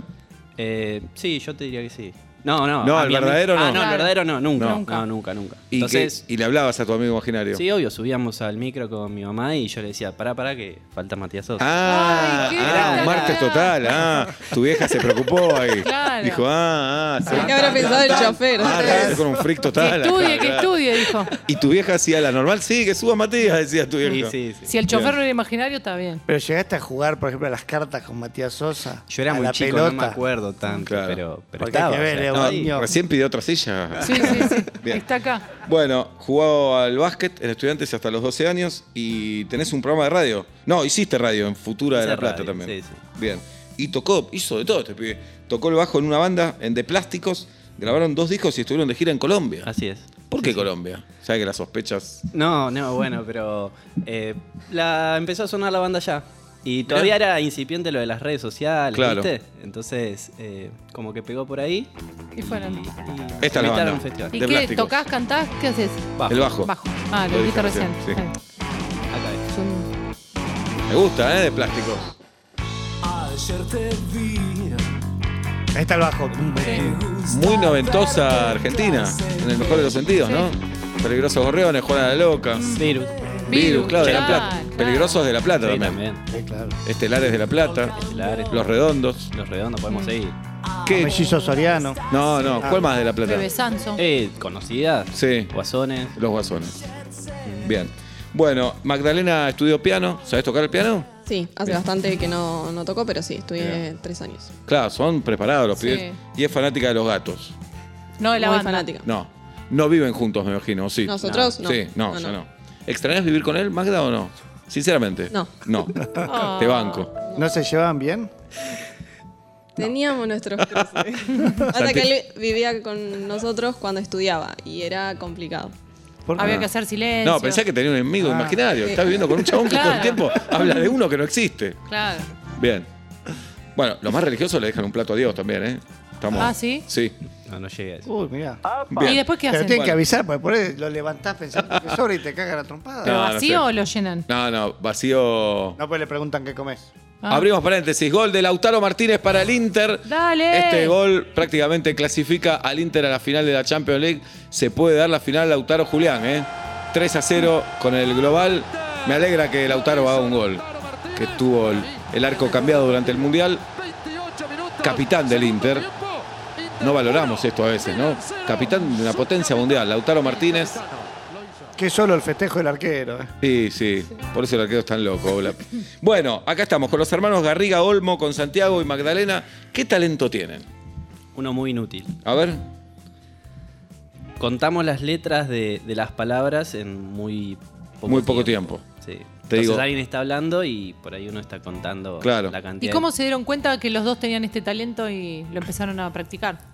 S6: Eh, sí, yo te diría que sí. No, no.
S1: No,
S6: a
S1: el
S6: mi ami-
S1: verdadero no.
S6: Ah, no, el verdadero no, nunca.
S3: No.
S6: No, nunca, nunca.
S1: ¿Y,
S6: Entonces,
S1: qué- y le hablabas a tu amigo imaginario.
S6: sí, obvio, subíamos al micro con mi mamá y yo le decía, pará, pará, que falta Matías Sosa.
S1: Ah,
S3: Ay, qué
S1: ah,
S3: gran
S1: un martes
S3: cantidad.
S1: total. Ah, tu vieja se preocupó ahí.
S3: Claro.
S1: Dijo, ah, ah. se-
S7: ¿Qué habrá pensado el chofer?
S1: Ah, está con un freak total.
S3: que estudie,
S1: acá,
S3: que
S1: claro.
S3: estudie, dijo.
S1: Y tu vieja hacía la normal, sí, que suba Matías, decía tu
S6: Sí,
S1: vieja.
S6: sí, sí.
S3: Si el chofer
S1: Bien.
S3: no era imaginario, está bien.
S2: Pero llegaste a jugar, por ejemplo, a las cartas con Matías Sosa.
S6: Yo era
S2: a
S6: muy
S2: la
S6: chico,
S2: pelota.
S6: no me acuerdo tanto,
S1: Claro.
S6: pero, pero
S2: Porque hay
S6: estaba.
S2: que ver,
S6: estaba
S1: No,
S6: ahí.
S2: Dios.
S1: Ah, recién pidió otra silla.
S3: Sí, sí, sí.
S1: Bien.
S3: Está acá.
S1: Bueno, jugado al básquet en estudiantes hasta los 12 años y tenés un programa de radio. No, hiciste radio en Futura de
S6: Hice
S1: La Plata
S6: radio,
S1: también.
S6: sí, sí.
S1: Bien. Y tocó, hizo de todo este pibe. Tocó el bajo en una banda en de plásticos, grabaron dos discos y estuvieron de gira en Colombia.
S6: Así es.
S1: ¿Por qué Colombia? ¿Sabes que las sospechas?
S6: No, no, bueno, pero eh, la empezó a sonar la banda ya. Y todavía era incipiente lo de las redes sociales,
S1: Claro.
S6: ¿viste? Entonces, eh, como que pegó por ahí.
S3: Y fueron.
S6: y
S1: Esta es la
S6: invitaron
S1: banda.
S6: a un festival.
S3: ¿Y
S1: De
S3: qué?
S1: plásticos.
S3: ¿Tocás, cantás? ¿Qué haces?
S6: Bajo.
S1: El bajo.
S3: Bajo. Ah,
S1: Lo
S3: lo dijiste
S1: dije
S3: recién.
S1: recién, sí.
S3: Ah,
S6: Acá es.
S3: es un-
S1: Me gusta, ¿eh? De plásticos.
S2: Ahí está el bajo.
S1: Muy noventosa Argentina, en el mejor de los sentidos, ¿no? Peligrosos gorriones, Juana la Loca.
S6: Virus.
S1: Virus, claro, de la
S3: claro,
S1: Plata.
S3: claro.
S1: Peligrosos de la Plata
S6: Sí,
S1: Ah, también.
S6: también.
S1: Estelares de la Plata.
S6: Estelares.
S1: Los Redondos.
S6: Los redondos
S3: Mm.
S6: podemos seguir.
S1: ¿Qué?
S2: Mellizo Soriano.
S1: No, no, ¿cuál más de la Plata?
S3: Bebe Sanso.
S6: Eh, conocidas.
S1: Sí.
S6: Guasones.
S1: Los Guasones. Bien. Bueno, Magdalena estudió piano. ¿Sabes tocar el piano?
S7: Sí, hace bastante que no, no toco, pero sí, estudié tres años.
S1: Claro, son preparados los
S3: Sí.
S1: pibes. Y es fanática de los gatos.
S3: No, de la
S7: Muy
S3: banda.
S7: fanática.
S1: No. No viven juntos, me imagino, ¿o ¿sí?
S7: Nosotros no.
S1: Sí, no, yo no. ¿Extrañas vivir con él, Magda, o no? Sinceramente.
S7: No.
S1: No.
S3: Oh.
S1: Te banco.
S2: ¿No se llevaban bien?
S7: Teníamos nuestros cruces. Hasta que él vivía con nosotros cuando estudiaba y era complicado.
S2: ¿Por qué?
S3: Había que hacer silencio.
S1: No, pensé que tenía un enemigo
S2: Ah.
S1: imaginario. Estás viviendo con un chabón que todo el
S3: Claro.
S1: tiempo habla de uno que no existe.
S3: Claro.
S1: Bien. Bueno, los más religiosos le dejan un plato a Dios también, ¿eh? Estamos...
S3: Ah, ¿sí?
S1: Sí.
S6: No, no llega a eso.
S2: Uy, mirá.
S3: ¿Y
S1: Bien.
S3: después qué
S2: Pero
S3: hacen?
S2: tienen que avisar, porque por ahí lo levantás pensando que sobra y te cagan la trompada.
S3: ¿Pero
S1: No, no
S3: vacío
S1: sé.
S3: o lo llenan?
S1: No, no, vacío.
S2: No, pues le preguntan qué comes.
S3: Ah.
S1: Abrimos paréntesis. Gol de Lautaro Martínez para el Inter.
S3: Dale.
S1: Este gol prácticamente clasifica al Inter a la final de la Champions League. Se puede dar la final Lautaro Julián, ¿eh? 3 a 0 con el global. Me alegra que Lautaro haga un gol. Que tuvo el, el arco cambiado durante el Mundial. Capitán del Inter. No valoramos esto a veces, ¿no? Capitán de una potencia mundial, Lautaro Martínez.
S2: Que solo el festejo del arquero. eh.
S1: Sí, sí, por eso el arquero es tan loco. Oblak. Bueno, acá estamos con los hermanos Garriga Olmo, con Santiago y Magdalena. ¿Qué talento tienen?
S6: Uno muy inútil.
S1: A ver,
S6: Contamos las letras de, de las palabras en muy poco
S1: muy poco tiempo.
S6: Sí.
S1: Te
S6: Entonces
S1: digo-
S6: alguien está hablando y por ahí uno está contando
S1: Claro.
S6: la cantidad.
S3: ¿Y
S6: de-
S3: cómo se dieron cuenta que los dos tenían este talento y lo empezaron a practicar?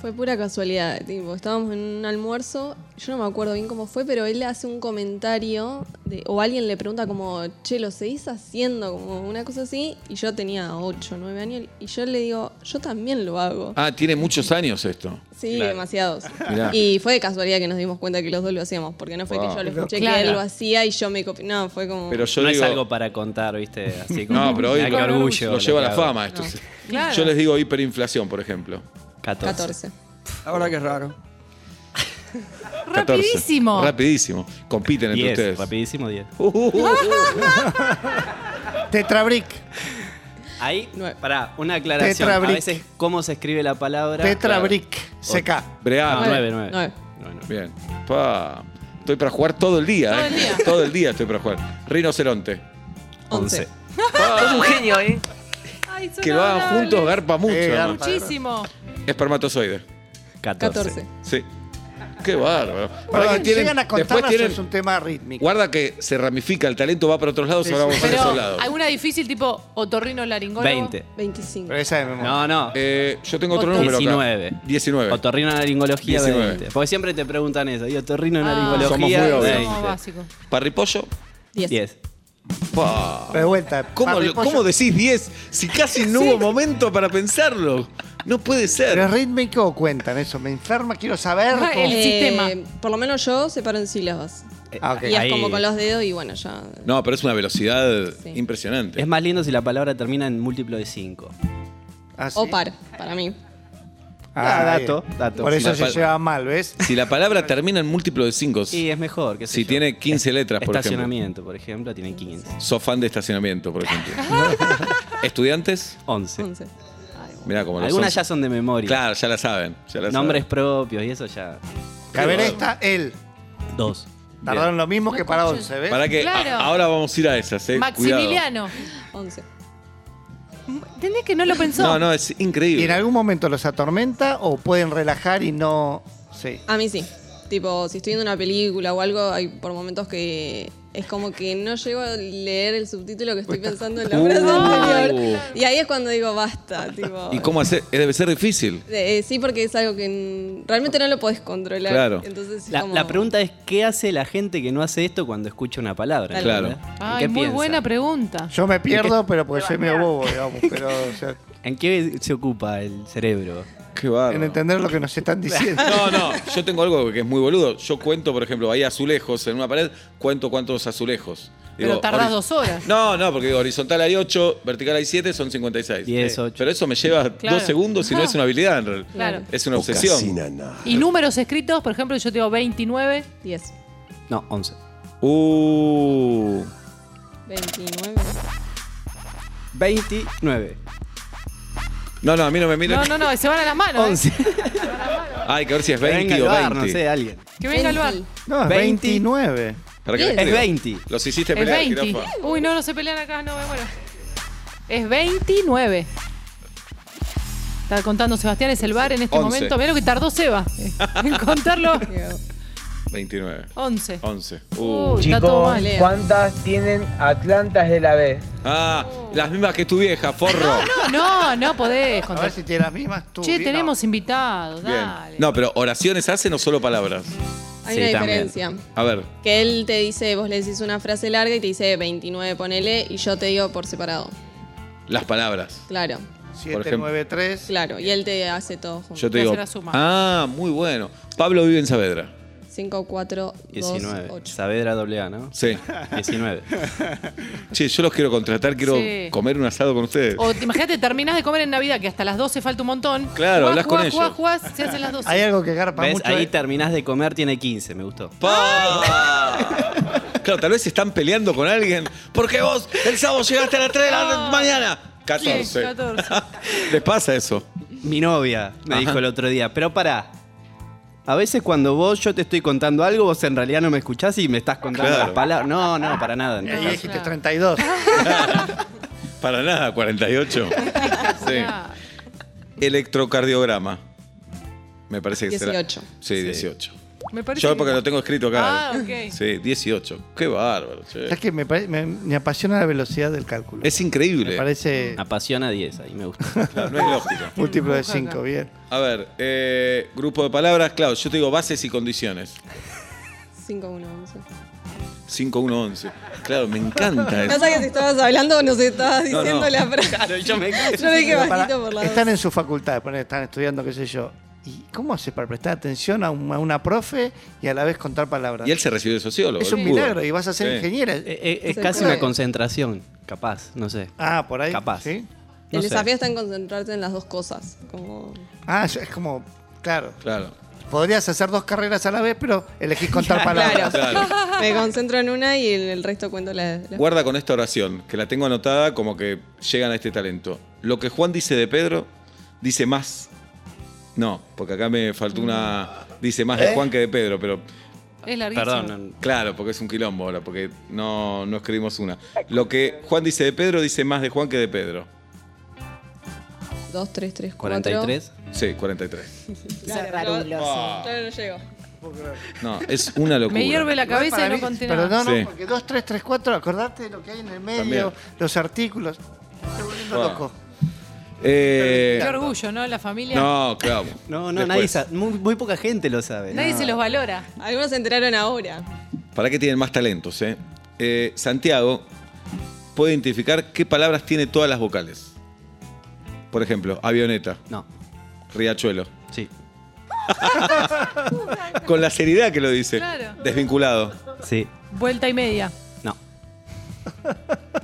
S7: Fue pura casualidad, tipo, estábamos en un almuerzo, yo no me acuerdo bien cómo fue, pero él hace un comentario de- o alguien le pregunta como, che, lo seguís haciendo, como una cosa así, y yo tenía 8, 9 años, y yo le digo, yo también lo hago.
S1: Ah, tiene muchos años esto.
S7: Sí,
S6: Claro.
S7: demasiados.
S1: Mirá.
S7: Y fue de casualidad que nos dimos cuenta que los dos lo hacíamos, porque no fue
S1: Wow.
S7: que yo lo escuché
S3: Claro.
S7: que él lo hacía y yo me copié. No, fue como.
S1: Pero yo
S6: no
S1: digo.
S6: es algo para contar, ¿viste? Así como.
S1: no, pero hoy
S6: "Mirá qué
S1: lo,
S6: orgullo
S1: lo
S6: lo
S1: lleva a
S6: que
S1: la
S6: hago".
S1: fama esto.
S3: Claro.
S1: Yo les digo hiperinflación, por ejemplo.
S6: 14.
S7: 14.
S5: Ahora qué raro.
S1: 14.
S3: Rapidísimo.
S1: Rapidísimo. Compiten entre
S6: 10,
S1: ustedes. Uh,
S6: rapidísimo 10.
S3: Ah.
S2: Tetrabric.
S6: Ahí,
S7: Nueve.
S6: pará, una aclaración. A
S2: Tetrabric.
S6: veces, ¿cómo se escribe la palabra?
S2: Tetrabric.
S6: Claro.
S2: CK.
S1: Breá.
S6: Ah,
S7: Nueve.
S6: 9, 9.
S7: Nueve.
S1: Bien. Pa. Estoy para jugar todo el día.
S3: Todo
S1: ¿eh?
S3: el día.
S1: Todo el día estoy para jugar. Rinoceronte.
S7: 11.
S8: Es un genio, ¿eh?
S3: Ay, son
S1: Que lo hagan
S3: adorables.
S1: juntos garpa mucho.
S2: Eh,
S1: además.
S2: garpa.
S3: Muchísimo.
S1: Espermatozoide.
S6: 14.
S7: 14.
S1: Sí. Qué bárbaro. Pará
S2: Cuando
S1: que tienen-
S2: llegan a
S1: después
S2: contarnos
S1: tienen-
S2: es un tema rítmico.
S1: Guarda que se ramifica, el talento va para otros lados,
S2: Sí,
S1: ahora vamos
S2: sí.
S1: para esos
S3: Pero
S1: lados.
S3: alguna difícil tipo otorrino laringólogo. Ah.
S6: 20.
S7: 25.
S2: Pero esa es de memoria.
S6: No, no.
S1: Eh, yo tengo otro
S3: Otro.
S1: número acá.
S6: 19.
S1: 19.
S6: Otorrinolaringología
S1: 19.
S6: 20. Porque siempre te preguntan eso.
S3: Ah.
S6: Y
S1: Somos muy
S6: otorrinolaringología
S1: obvios. Eh,
S6: 20.
S3: Somos básicos.
S1: Parripollo.
S7: 10.
S6: 10.
S1: Pa.
S2: Pero de vuelta.
S1: ¿Cómo,
S2: papi
S1: lo-
S2: pollo.
S1: cómo decís 10 si casi no hubo momento para pensarlo? No puede
S2: ¿Pero es
S1: ser.
S2: rítmico o cuentan eso? Me enferma, quiero saber.
S3: Ah,
S2: cómo-
S3: El sistema.
S7: Eh, Por lo menos yo separo en sílabas.
S2: Ah, ok.
S7: Y es
S6: Eh, Ahí.
S7: como con los dedos y bueno, ya.
S1: No, pero es una velocidad
S7: Sí.
S1: impresionante.
S6: Es más lindo si la palabra termina en múltiplo de 5.
S2: Ah, ¿sí?
S7: O par, para mí.
S2: Ah,
S6: Ah,
S2: bien.
S6: dato, dato.
S2: Por eso
S1: Sí,
S2: se
S1: pal-
S2: lleva mal, ¿ves?
S1: Si la palabra termina en múltiplo de 5,
S6: Y es mejor. qué sé
S1: Si
S6: yo.
S1: tiene 15 letras, por
S6: Estacionamiento, por ejemplo, tiene 15.
S1: sos fan de estacionamiento, por ejemplo. ¿Estudiantes?
S6: 11.
S7: 11.
S1: Mirá, como los
S6: Algunas
S1: son-
S6: ya son de memoria.
S1: Claro, ya la saben. ya la
S6: Nombres
S1: saben.
S6: propios y eso ya.
S2: A ver, esta, él.
S6: 2.
S2: Tardaron lo mismo que para 11, ¿ves?
S1: Para que
S3: Claro.
S1: a- ahora vamos a ir a esas, eh. Cuidado.
S3: Maximiliano.
S7: 11.
S3: ¿Entendés que no lo pensó?
S1: No, no, es
S2: ¿Y en
S1: increíble.
S2: algún momento los atormenta o pueden relajar y no. Sí.
S7: A mí sí. Tipo, si estoy viendo una película o algo, hay por momentos que es como que no llego a leer el subtítulo que estoy pensando
S1: Uh.
S7: en la frase
S6: Uh.
S7: anterior. Y ahí es cuando digo basta. Tipo,
S1: ¿Y cómo hacer? Eh, Debe ser difícil.
S7: Eh, eh, sí, porque es algo que mm, realmente no lo podés controlar.
S1: Claro.
S7: Entonces, es
S6: La,
S7: como-
S6: la pregunta es: ¿qué hace la gente que no hace esto cuando escucha una palabra?
S1: Claro.
S6: ¿Entendés? ¿En
S3: Ay,
S6: qué
S3: muy
S6: piensa?
S3: buena pregunta.
S2: Yo me pierdo, pero porque soy medio bobo, digamos. Pero, o sea,
S6: ¿En qué se ocupa el cerebro?
S1: Qué bárbaro.
S2: en entender lo que nos están diciendo.
S1: No, no, yo tengo algo que es muy boludo. Yo cuento, por ejemplo, ahí azulejos en una pared, cuento cuántos azulejos.
S3: Pero tardás
S1: hori-
S3: dos horas.
S1: No, no, porque digo, horizontal hay 8, vertical hay 7, son 56.
S6: Diez,
S1: Sí.
S6: ocho.
S1: Eh, Pero eso me lleva
S3: Claro.
S1: dos segundos y no.
S3: No.
S1: es una habilidad en realidad.
S3: Claro.
S1: Es una
S5: O casi
S1: obsesión.
S5: nada.
S3: Y números escritos, por ejemplo, yo tengo 29.
S7: 10,
S6: No, 11.
S1: Uh.
S7: 29.
S6: 29.
S1: No, no, a mí no me miren.
S3: No, no, no, se van a las manos. ¿eh?
S6: 11.
S1: Hay que ver si es
S6: Que
S1: 20
S6: venga al
S1: o 20.
S6: bar, No sé, alguien.
S3: Que venga el bar.
S7: 20.
S2: No, es
S6: 20.
S2: 29.
S1: Para que
S7: Es
S1: les creo.
S6: 20.
S1: Los hiciste
S3: Es
S1: pelear,
S3: 20.
S1: jirafa.
S3: Uy, no, no se pelean acá, no me muero. Es 29. Está contando Sebastián, es el bar en este
S1: Once.
S3: momento. Mira lo que tardó Seba en contarlo.
S1: 29.
S3: 11.
S1: 11. Uh,
S3: Uy, está todo
S4: Chicos,
S3: mal. eh.
S4: ¿cuántas tienen Atlantas de la B?
S1: Ah, las mismas que tu vieja, forro.
S3: No, no podés
S2: A
S3: contar.
S2: ver si tiene las mismas tú.
S3: Che,
S2: bien,
S3: tenemos invitados,
S1: Bien.
S3: dale.
S1: No, pero oraciones hacen o solo palabras.
S7: Hay
S6: Sí,
S7: una
S6: también.
S7: diferencia.
S1: A ver.
S7: Que él te dice, vos le decís una frase larga y te dice 29, ponele, y yo te digo por separado.
S1: Las palabras.
S2: no.
S7: Claro,
S1: por ejemplo.
S2: 793.
S7: claro. Y él te hace todo junto.
S1: Yo te
S3: Voy a
S1: digo.
S3: hacer la suma.
S1: Ah, muy bueno. Pablo vive en Saavedra.
S7: 5, 4, 2,
S6: 19.
S7: 8.
S6: Saavedra AA, ¿no?
S1: Sí.
S6: 19.
S1: Che, yo los quiero contratar, quiero
S3: Sí.
S1: comer un asado con ustedes.
S3: O te- imagínate, terminás de comer en Navidad, que hasta las 12 falta un montón.
S1: Claro,
S3: Jugás,
S1: hablas con
S3: jugás,
S1: ellos.
S3: jugás, jugás, se hacen las 12.
S2: Hay algo que garpa
S6: ¿Ves?
S2: mucho.
S6: Ahí
S2: eh.
S6: terminás de comer, tiene 15, me gustó.
S1: Pa. Claro, tal vez se están peleando con alguien. Porque vos el sábado llegaste a las 3 de la
S3: No.
S1: mañana. 14.
S3: Ah. Sí, 14.
S1: ¿Les pasa eso?
S6: Mi novia me dijo el otro día, pero pará. A veces cuando vos yo te estoy contando algo, vos en realidad no me escuchás y me estás contando
S1: Claro.
S6: las palabras. No, no, para nada. en
S2: Y
S6: todo
S2: ahí
S6: caso.
S2: Eh, dijiste 32.
S1: Para nada, 48. Sí.
S3: Ah,
S1: Electrocardiograma. Me parece que será.
S7: 18.
S1: Sí, 18.
S3: me parece
S1: Yo porque
S3: que-
S1: lo tengo escrito acá.
S3: Ah, ok.
S1: Sí, 18. Qué bárbaro. che.
S2: Es que me, pare- me- me apasiona la velocidad del cálculo.
S1: Es
S2: me
S1: increíble.
S2: parece
S6: Ah. Apasiona 10, ahí me gusta.
S1: Claro, no es lógico.
S2: múltiplo de 5, bien.
S1: A ver, eh, grupo de palabras, claro, yo te digo bases y condiciones.
S7: 5, 1, 11.
S1: 5111. Claro, me encanta eso.
S7: Pasa que si estabas hablando, nos estabas
S1: No, no.
S7: diciendo la frase.
S6: yo me
S7: Yo le dije
S2: Pero para-
S7: bajito por la
S2: están
S7: voz.
S2: en su facultad, poner, están estudiando, qué sé yo. ¿Y cómo hace para prestar atención a, un- a una profe y a la vez contar palabras?
S1: Y él se recibió de sociólogo.
S2: es un
S1: él pudo.
S2: milagro y vas a ser
S1: Sí. Eh,
S2: ingeniera.
S6: Eh, Es
S7: Se
S6: casi
S7: puede.
S6: una concentración, capaz, no sé.
S2: Ah, por ahí.
S6: Capaz.
S2: ¿sí?
S6: No
S7: El
S6: sé.
S7: desafío está en concentrarte en las dos cosas. Como...
S2: Ah, es como, claro.
S1: Claro,
S2: Podrías hacer dos carreras a la vez, pero elegís contar palabras.
S7: Claro.
S1: claro.
S7: Me concentro en una y el, el resto cuento la. la-
S1: Guarda con esta oración, que la tengo anotada como que llegan a este talento. Lo que Juan dice de Pedro, dice más. No, porque acá me faltó una. Dice más de Juan que de Pedro, pero.
S3: Es larguísimo.
S6: Perdón. no-
S1: Claro, porque es un quilombo ahora, porque no, no escribimos una. Lo que Juan dice de Pedro, dice más de Juan que de Pedro.
S7: 2, 3, 3, 4.
S6: 43.
S1: Sí, 43.
S7: Claro, no llego.
S1: No, es una locura.
S3: Me hierve la
S2: Igual
S3: cabeza
S2: para
S3: y no
S2: mí-
S3: conté
S2: Pero
S3: nada.
S2: no, no,
S1: Sí.
S2: porque 2, 3, 3, 4, acordate de lo que hay en el medio,
S1: También.
S2: los artículos. Me estoy volviendo
S1: Ah.
S2: loco.
S1: Eh,
S3: Qué orgullo, ¿no? La familia.
S1: no, claro.
S6: No, no,
S1: Después.
S6: nadie sa- muy, muy poca gente lo sabe.
S3: Nadie
S6: No.
S3: se los valora.
S7: Algunos se enteraron ahora.
S1: ¿Para qué tienen más talentos? Eh? Eh, Santiago puede identificar qué palabras tiene todas las vocales. Por ejemplo, avioneta,
S6: No,
S1: riachuelo.
S6: sí.
S1: Con la seriedad que lo dice.
S3: Claro.
S1: Desvinculado.
S6: Sí.
S3: Vuelta y media.
S6: No,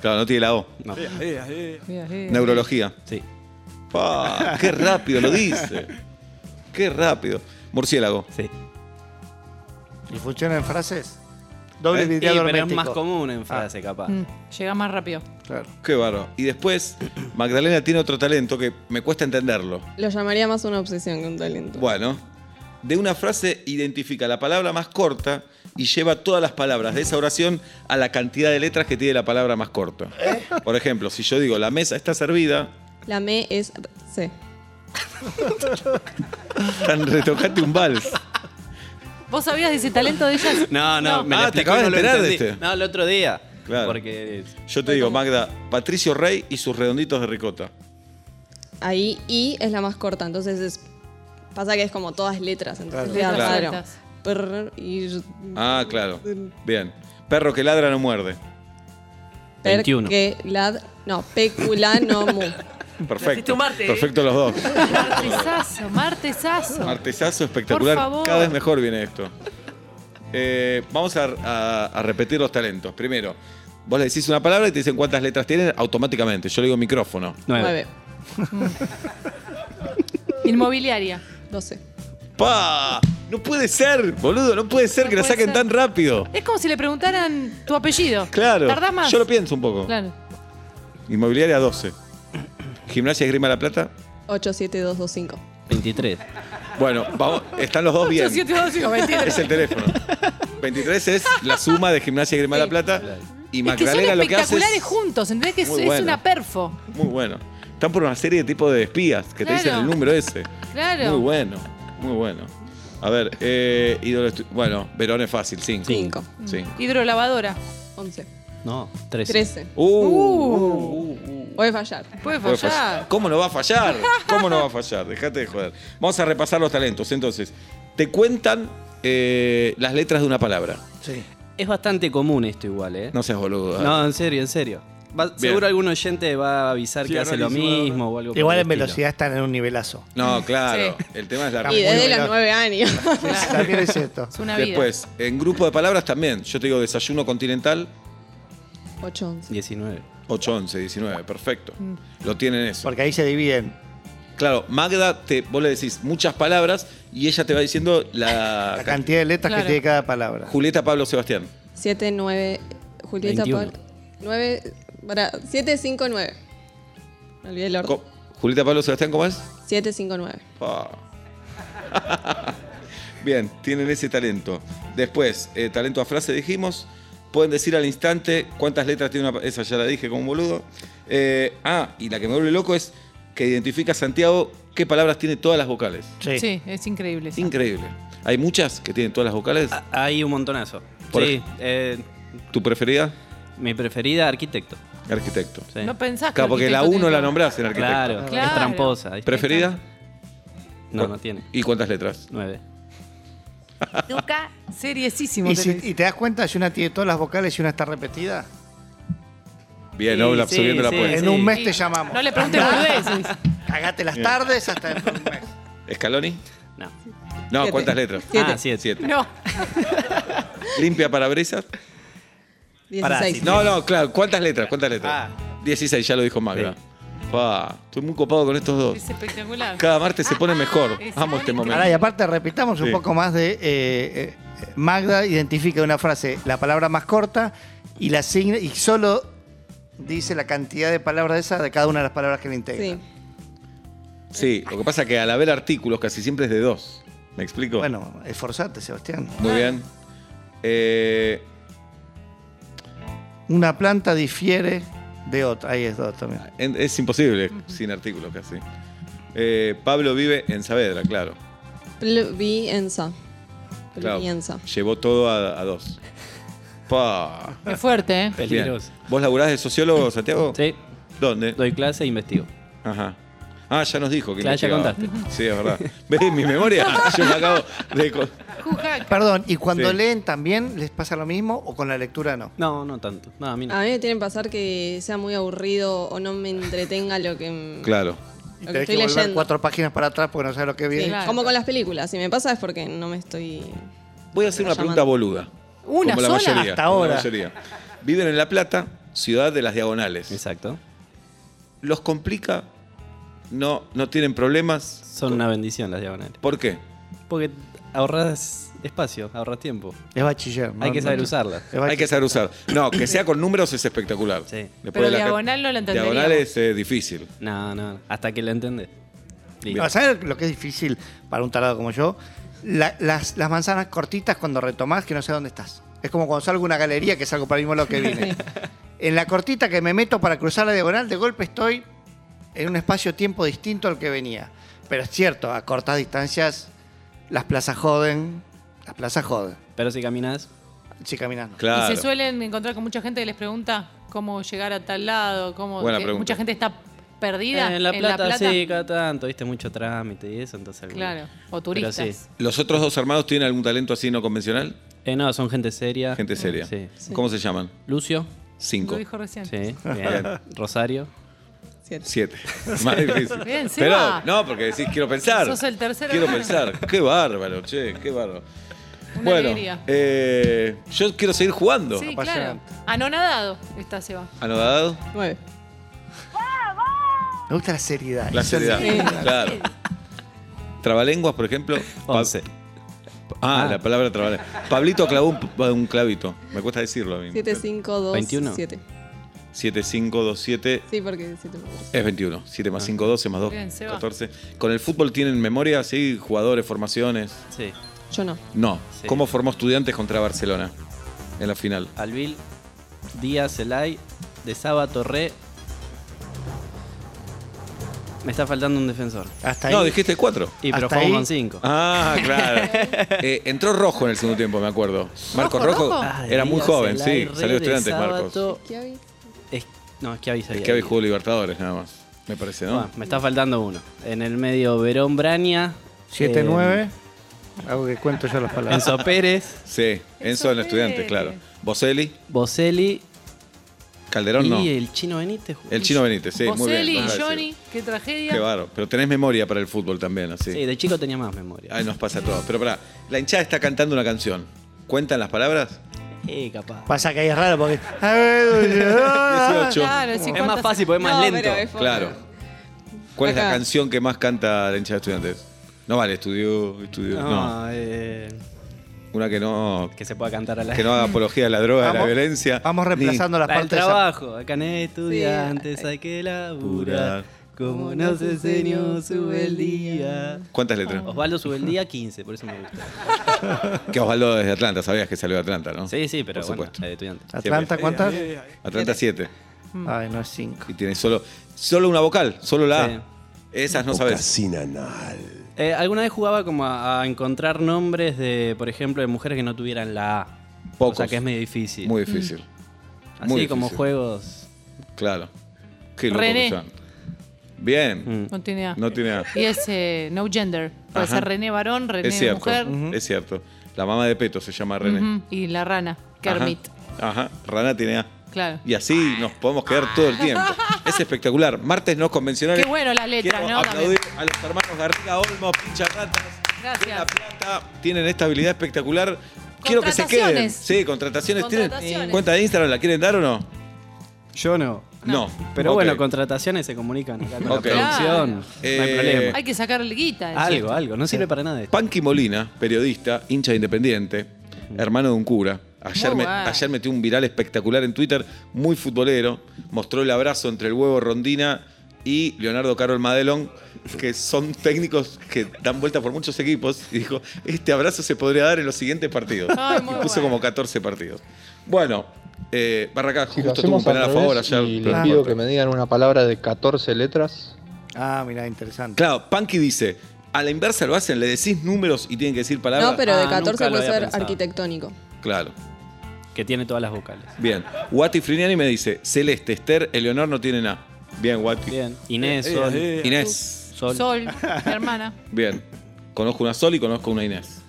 S1: Claro, no tiene la O.
S6: no.
S1: Neurología.
S6: Sí.
S1: Pa, ¡Qué rápido lo dice! ¡Qué rápido! Murciélago.
S6: Sí.
S2: ¿Y funciona en frases? Doble
S1: Eh,
S6: Sí,
S2: vidriado
S6: pero es
S2: hermético.
S6: más común
S1: Ah.
S6: en frase, capaz.
S3: Mm, Llega más rápido.
S2: Claro.
S1: Qué barro. Y después, Magdalena tiene otro talento que me cuesta entenderlo.
S7: Lo llamaría más una obsesión que un talento.
S1: Bueno, de una frase identifica la palabra más corta y lleva todas las palabras de esa oración a la cantidad de letras que tiene la palabra más corta. Por ejemplo, si yo digo la mesa está servida,
S7: La me es C.
S1: tan retocate un vals.
S3: ¿Vos sabías de ese talento de ellas?
S6: No, no, me lo
S1: Ah, te
S6: explicó,
S1: acabas de
S6: no lo
S1: enterar de
S6: entendí.
S1: este.
S6: No, el otro día.
S1: Claro.
S6: Porque
S1: Yo te digo, Magda, Patricio Rey y sus redonditos de ricota.
S7: Ahí I es la más corta, entonces es, pasa que es como todas letras, entonces
S3: Claro.
S7: queda
S3: Letras
S7: raro.
S3: altas.
S7: Per- y yo-
S1: Ah, claro. Bien. Perro que ladra no muerde.
S7: per-
S6: 21.
S7: que lad- no, peculano mu.
S1: Perfecto.
S8: un marte, ¿eh?
S1: Perfecto los dos.
S3: Martesazo, martesazo.
S1: Martesazo espectacular.
S3: Por favor.
S1: Cada vez mejor viene esto. Eh, vamos a, a- a repetir los talentos. Primero, Vos le decís una palabra y te dicen cuántas letras tienen automáticamente. Yo le digo micrófono.
S6: Nueve.
S7: 9,
S3: Inmobiliaria.
S7: 12.
S1: ¡Pa! No puede ser, boludo, no puede ser
S3: No
S1: que la
S3: puede
S1: saquen
S3: ser.
S1: tan rápido.
S3: Es como si le preguntaran tu apellido.
S1: Claro.
S3: ¿Tardás más?
S1: Yo lo pienso un poco.
S3: Claro.
S1: Inmobiliaria 12. Gimnasia Grima La Plata.
S7: 8, 7, 2, 2, 5.
S6: 23.
S1: Bueno, vamos, están los dos bien.
S3: 8725, 23.
S1: Es el teléfono. 23 es la suma de Gimnasia Grima La
S3: Sí.
S1: Plata. Y
S3: Es que son
S1: Magdalena lo que hace.
S3: espectaculares
S1: Es
S3: juntos, ¿entendés? Que es,
S1: Muy
S3: es
S1: bueno.
S3: una perfo.
S1: muy bueno. Están por una serie de tipo de espías que te dicen
S3: Claro.
S1: el número ese.
S3: Claro.
S1: Muy bueno, muy bueno. A ver, eh, ídolo estu- Bueno, Verón es fácil, Mm. 5.
S7: Cinco.
S1: 5.
S3: Hidrolavadora.
S7: 11.
S6: No, 13.
S7: 13.
S1: Uh, uh,
S7: Voy a fallar.
S3: Puede
S1: Puede
S3: fallar.
S1: fallar. ¿Cómo no va a fallar? ¿Cómo no va a fallar? Dejate de joder. Vamos a repasar los talentos. Entonces, te cuentan eh, las letras de una palabra.
S2: Sí.
S6: Es bastante común esto igual, ¿eh?
S1: No seas boludo. dale.
S6: No, en serio, en serio. Va- seguro algún oyente va a avisar que hace lo mismo o algo por
S2: Igual
S6: el
S2: en
S6: estilo.
S2: velocidad están en un nivelazo.
S1: No, claro. El tema es la
S7: Y
S2: muy
S7: desde
S2: veloz.
S7: los 9 años.
S2: También es esto.
S3: Es una vida.
S1: Después, en grupo de palabras también. Yo te digo desayuno continental,
S7: 8, 11.
S6: 19.
S1: 8, 11, 19. Perfecto. Lo tienen eso.
S2: Porque ahí se dividen.
S1: Claro, Magda, te, vos le decís muchas palabras y ella te va diciendo la.
S2: La cantidad de letras
S3: Claro.
S2: que tiene cada palabra.
S1: Julieta Pablo Sebastián.
S7: 7, 9. Julieta
S6: 21.
S7: Pablo. 9. Para. 7, 5, 9. Me olvidé el orden.
S1: Co- Julieta Pablo Sebastián, ¿cómo es?
S7: 7, 5, 9.
S1: Pa. Bien, tienen ese talento. Después, eh, talento a frase, dijimos. Pueden decir al instante cuántas letras tiene una. pa- Esa ya la dije como un boludo. Eh, ah, y la que me vuelve loco es que identifica a Santiago qué palabras tiene todas las vocales.
S2: Sí.
S3: Sí, es increíble. esa.
S1: Increíble. Hay muchas que tienen todas las vocales.
S6: Ah, Hay un montonazo.
S1: Por
S6: sí,
S1: ej-
S6: eh,
S1: ¿Tu preferida?
S6: mi preferida, arquitecto.
S1: Arquitecto.
S6: Sí.
S3: No pensás que
S1: Claro, porque la
S3: arquitecto
S1: 1 la
S3: tiene-
S1: nombrás en arquitecto.
S6: claro,
S3: Claro.
S6: es tramposa. ¿viste?
S1: ¿Preferida?
S6: No, no tiene.
S1: ¿Y cuántas letras?
S6: 9.
S3: Nunca seriesísimo.
S2: Y,
S3: te
S2: si-
S3: lo dice.
S2: y te das cuenta si una tiene todas las vocales y una está repetida,
S1: Bien, pues.
S6: Sí,
S1: Ola
S6: sí,
S1: absorbiendo
S6: sí,
S1: la puesta.
S2: en
S6: Pues sí.
S2: un mes
S3: Sí.
S2: te llamamos.
S3: No le preguntes boludeces.
S2: Cagate las
S1: Bien.
S2: tardes hasta dentro de un mes.
S1: ¿Escaloni?
S6: No.
S1: No,
S7: Siete.
S1: ¿cuántas letras?
S7: Siete.
S6: Ah, siete.
S1: Siete.
S3: No.
S1: ¿Limpia parabrisas?
S7: 16.
S1: No, no, claro. ¿Cuántas letras? ¿Cuántas letras?
S2: Ah.
S1: 16, ya lo dijo Magra.
S6: Sí.
S1: Pa, estoy muy copado con estos dos.
S3: Es espectacular.
S1: Cada martes se pone mejor.
S3: es
S1: Amo este momento.
S2: Ahora, y aparte, repitamos
S1: Sí.
S2: un poco más de. eh, eh, Magda identifica una frase, la palabra más corta, y la asigna, y solo dice la cantidad de palabras de esa de cada una de las palabras que le integra.
S7: Sí.
S1: Sí, lo que pasa es que al haber artículos casi siempre es de dos. ¿Me explico?
S2: Bueno, esforzate, Sebastián.
S1: Muy bien. Eh,
S2: Una planta difiere de otra. Ahí es dos también.
S1: en- es imposible sin artículos casi. Eh, Pablo vive en Saavedra, claro.
S7: Pluvienza.
S1: Claro,
S7: Pluvienza.
S1: Llevó todo a, a dos. Pa.
S3: Es fuerte, ¿eh?
S1: Bien.
S6: Peligroso.
S1: ¿Vos laburás de sociólogo, Santiago?
S6: Sí,
S1: ¿Dónde?
S6: doy clase e investigo.
S1: Ajá. Ah, ya nos dijo que
S6: Claro, ya
S1: investigaba.
S6: contaste.
S1: Sí, es verdad. ¿Ves mi memoria? Yo me acabo de... co-
S3: Jujac.
S2: Perdón, ¿y cuando
S1: Sí.
S2: leen también les pasa lo mismo o con la lectura no?
S6: No, no tanto. No, a mí no.
S7: A mí me tienen que pasar que sea muy aburrido o no me entretenga lo que. m-
S1: Claro.
S2: Y
S7: Lo que
S2: tenés
S7: estoy
S2: que volver
S7: leyendo.
S2: cuatro páginas para atrás porque no sabes lo que
S7: Sí,
S2: viene.
S3: Claro.
S7: Como con las películas. Si me pasa es porque no me estoy.
S1: Voy a hacer una pregunta boluda.
S3: ¿Una
S1: como la
S3: sola?
S1: mayoría,
S2: Hasta
S1: como la
S2: ahora.
S1: mayoría. Viven en La Plata, ciudad de las diagonales.
S6: Exacto.
S1: ¿Los complica? No, no tienen problemas.
S6: Son una bendición las diagonales.
S1: ¿Por qué?
S6: Porque ahorras espacio, ahorras tiempo.
S2: Es bachiller.
S6: Hay
S2: no-
S6: que saber
S2: no-
S6: usarlas.
S2: es
S1: Hay que saber usar. No, que sea con números es espectacular.
S6: Sí.
S1: Después
S3: Pero
S1: de la ca-
S3: diagonal no la entenderíamos.
S1: Diagonal es eh, difícil.
S6: No, no, hasta que la entendés. Listo.
S2: No, ¿Sabes lo que es difícil para un tarado como yo? La- las, las manzanas cortitas cuando retomás que no sé dónde estás. Es como cuando salgo a una galería que salgo para el mismo lado que vine. en la cortita que me meto para cruzar la diagonal, de golpe estoy en un espacio-tiempo distinto al que venía. Pero es cierto, a cortas distancias las plazas joden, las plazas joden.
S6: Pero si caminas,
S2: Si caminas no.
S1: Claro.
S3: Y se suelen encontrar con mucha gente que les pregunta cómo llegar a tal lado, cómo
S1: Buena
S3: que
S1: pregunta.
S3: mucha gente está perdida
S6: eh, en, la plata, sí, cada tanto, viste mucho trámite y eso, entonces. alguna-
S3: Claro, o
S6: Pero
S3: turistas.
S6: sí.
S1: ¿Los otros dos hermanos tienen algún talento así no convencional?
S6: Eh, no, son gente
S3: Ah,
S6: seria. Eh,
S1: Gente seria.
S6: Sí.
S1: ¿Cómo se llaman?
S6: Lucio.
S1: Cinco.
S3: Lo dijo recién.
S6: Sí. bien. Rosario.
S7: Siete.
S1: Siete. Más difícil.
S3: Bien, se
S1: Pero,
S3: va.
S1: no, porque decís, quiero pensar.
S3: Sos el tercero,
S1: Quiero
S3: hermano.
S1: pensar. Qué bárbaro, che, qué bárbaro.
S3: Una
S1: bueno,
S3: alegría.
S1: eh, yo quiero seguir jugando.
S3: Sí, claro.
S2: apasionante.
S3: Anonadado está Seba.
S1: ¿Anodado?
S7: Nueve.
S2: Me gusta la seriedad.
S1: La
S2: Eso
S1: seriedad.
S2: es-
S1: Claro. Trabalenguas, por ejemplo. Pa-
S6: Once.
S1: Ah, la palabra trabalenguas. Pablito clavó un, un clavito. Me cuesta decirlo a mí.
S7: 7, 5, 2,
S6: 21.
S7: 7.
S1: 7527
S7: Sí, porque 7 me gusta.
S1: es 21. 7 más 5, 12 más 2,
S3: Ah. Bien, se va.
S1: 14. ¿Con el fútbol tienen memoria, sí? Jugadores, formaciones.
S6: Sí.
S7: Yo no.
S1: No.
S6: Sí.
S1: ¿Cómo formó estudiantes contra Barcelona en la final?
S6: Alvil, Díaz, Elay, De Saba, Torre. Me está faltando un defensor.
S2: Hasta ahí.
S1: No, dijiste 4.
S6: Y pero
S2: Hasta
S6: jugamos
S2: ahí.
S6: con 5.
S1: Ah, claro. Eh, entró Rojo en el segundo tiempo, me acuerdo. Marcos
S3: ¿Rojo,
S1: Rojo,
S3: Rojo?
S6: Ah,
S1: era muy joven, sí. Salió estudiante, Marcos.
S7: Esquiavi.
S6: Es, no, es que avisa.
S1: Es que habéis jugado Libertadores nada más, me parece, ¿no?
S6: me está faltando uno. En el medio, Verón Braña. eh,
S2: 7-9. Hago que cuento yo las palabras.
S6: Enzo Pérez,
S1: Sí, Enzo en estudiante, claro. Boselli,
S6: Boselli
S1: Calderón
S6: y
S1: no. El,
S6: el Chino Benítez. jugó.
S1: chino Benítez, sí, muy bien.
S3: Boselli
S1: vas a
S3: y
S1: decir.
S3: Johnny, qué tragedia.
S1: Qué bárbaro. Pero tenés memoria para el fútbol también, así.
S6: Sí, de chico tenía más memoria.
S1: Ay, nos pasa a todos. Pero pará, la hinchada está cantando una canción. ¿Cuentan las palabras?
S6: Eh, capaz.
S2: Pasa que ahí es raro porque. A ah, ver,
S1: 18.
S3: Ah, Claro, el
S6: Es
S3: 50.
S6: más fácil porque es más
S7: No,
S6: lento.
S7: pero es fácil.
S1: Claro. ¿Cuál es la
S7: Acá.
S1: canción que más canta la hinchada de estudiantes? No vale, estudió, estudió. No.
S6: No, eh,
S1: Una que no,
S6: que se pueda cantar a la
S1: que no haga apología de la droga, de la
S2: Vamos-
S1: violencia.
S2: vamos
S1: ni-
S2: reemplazando las
S6: Para el
S2: partes.
S6: trabajo, acá no hay estudiantes, hay que laburar. Como no se enseñó, sube el día.
S1: ¿Cuántas letras?
S6: Osvaldo sube el día 15, por eso me gusta.
S1: Que Osvaldo desde Atlanta, sabías que salió de Atlanta, ¿no?
S6: Sí, sí, pero
S1: Por
S6: bueno,
S1: supuesto.
S6: hay estudiantes.
S2: ¿Atlanta cuántas? Mm.
S1: Atlanta 7.
S2: Ay, no es 5.
S1: Y tiene solo, solo una vocal, solo la
S6: Sí.
S1: A. Esas no sabes.
S5: Ocasinanal.
S6: Eh, alguna vez jugaba como a, a encontrar nombres de, por ejemplo, de mujeres que no tuvieran la A.
S1: Pocos.
S6: O sea que es medio difícil.
S1: Muy difícil.
S6: Así
S1: muy
S6: como
S1: difícil.
S6: juegos.
S1: Claro. Qué loco
S3: René.
S1: que son. Bien.
S6: Mm.
S3: No tiene A.
S1: No tiene A.
S3: Y es eh, no gender. Puede
S1: Ajá.
S3: ser René varón, René
S1: Es cierto.
S3: mujer.
S1: Es cierto. La mamá de Peto se llama René.
S3: Ujú. Y la rana, Kermit.
S1: Ajá. Ajá. Rana tiene A.
S3: Claro.
S1: Y así nos podemos quedar todo el tiempo. Es espectacular. Martes no convencionales.
S3: Qué bueno las letras,
S1: Quiero
S3: ¿no?
S1: aplaudir a los hermanos García Olmo, Pincha Ratas. de La
S3: Gracias.
S1: Plata tienen esta habilidad espectacular. Quiero que se queden.
S3: Contrataciones.
S1: Sí, contrataciones. ¿Tienen
S3: Contrataciones.
S1: cuenta de Instagram? ¿La quieren dar o no?
S6: Yo no.
S1: No.
S6: Pero
S1: Ok.
S6: bueno, contrataciones se comunican acá con
S1: Ok.
S6: la producción.
S3: Claro.
S6: No
S1: Eh,
S6: hay problema.
S3: Hay que sacarle guita. de
S6: Algo,
S3: esto.
S6: algo. No sirve para nada esto.
S1: Panky Molina, periodista, hincha de independiente, hermano de un cura. Ayer,
S3: Muy
S1: me-
S3: guay.
S1: ayer metió un viral espectacular en Twitter, muy futbolero. Mostró el abrazo entre el huevo Rondina y Leonardo Carol Madelón, que son técnicos que dan vuelta por muchos equipos. Y dijo: Este abrazo se podría dar en los siguientes partidos.
S3: Ay,
S1: y
S3: muy
S1: puso
S3: guay.
S1: como 14 partidos. Bueno, eh, Barracá,
S4: Si lo
S1: justo tuvo un
S4: hacemos al
S1: penal a favor
S4: revés
S1: ayer.
S4: y
S1: pero
S4: les
S1: no
S4: pido
S1: importa.
S4: que me digan una palabra de 14 letras,
S2: Ah, mirá, interesante.
S1: Claro, Panky dice: A la inversa lo hacen, le decís números y tienen que decir palabras.
S7: No, pero
S6: Ah,
S7: de
S6: nunca
S7: 14
S6: lo
S7: puede
S6: había
S7: ser
S6: pensado.
S7: arquitectónico.
S1: Claro.
S6: Que tiene todas las vocales.
S1: Bien. Wati Friniani me dice, Celeste, Esther, Eleonor no tiene nada. Bien, Wati.
S6: Bien. Inés,
S1: eh,
S6: Sol.
S1: Inés.
S6: Sol.
S3: Sol, mi hermana.
S1: Bien. Conozco una Sol y conozco una Inés.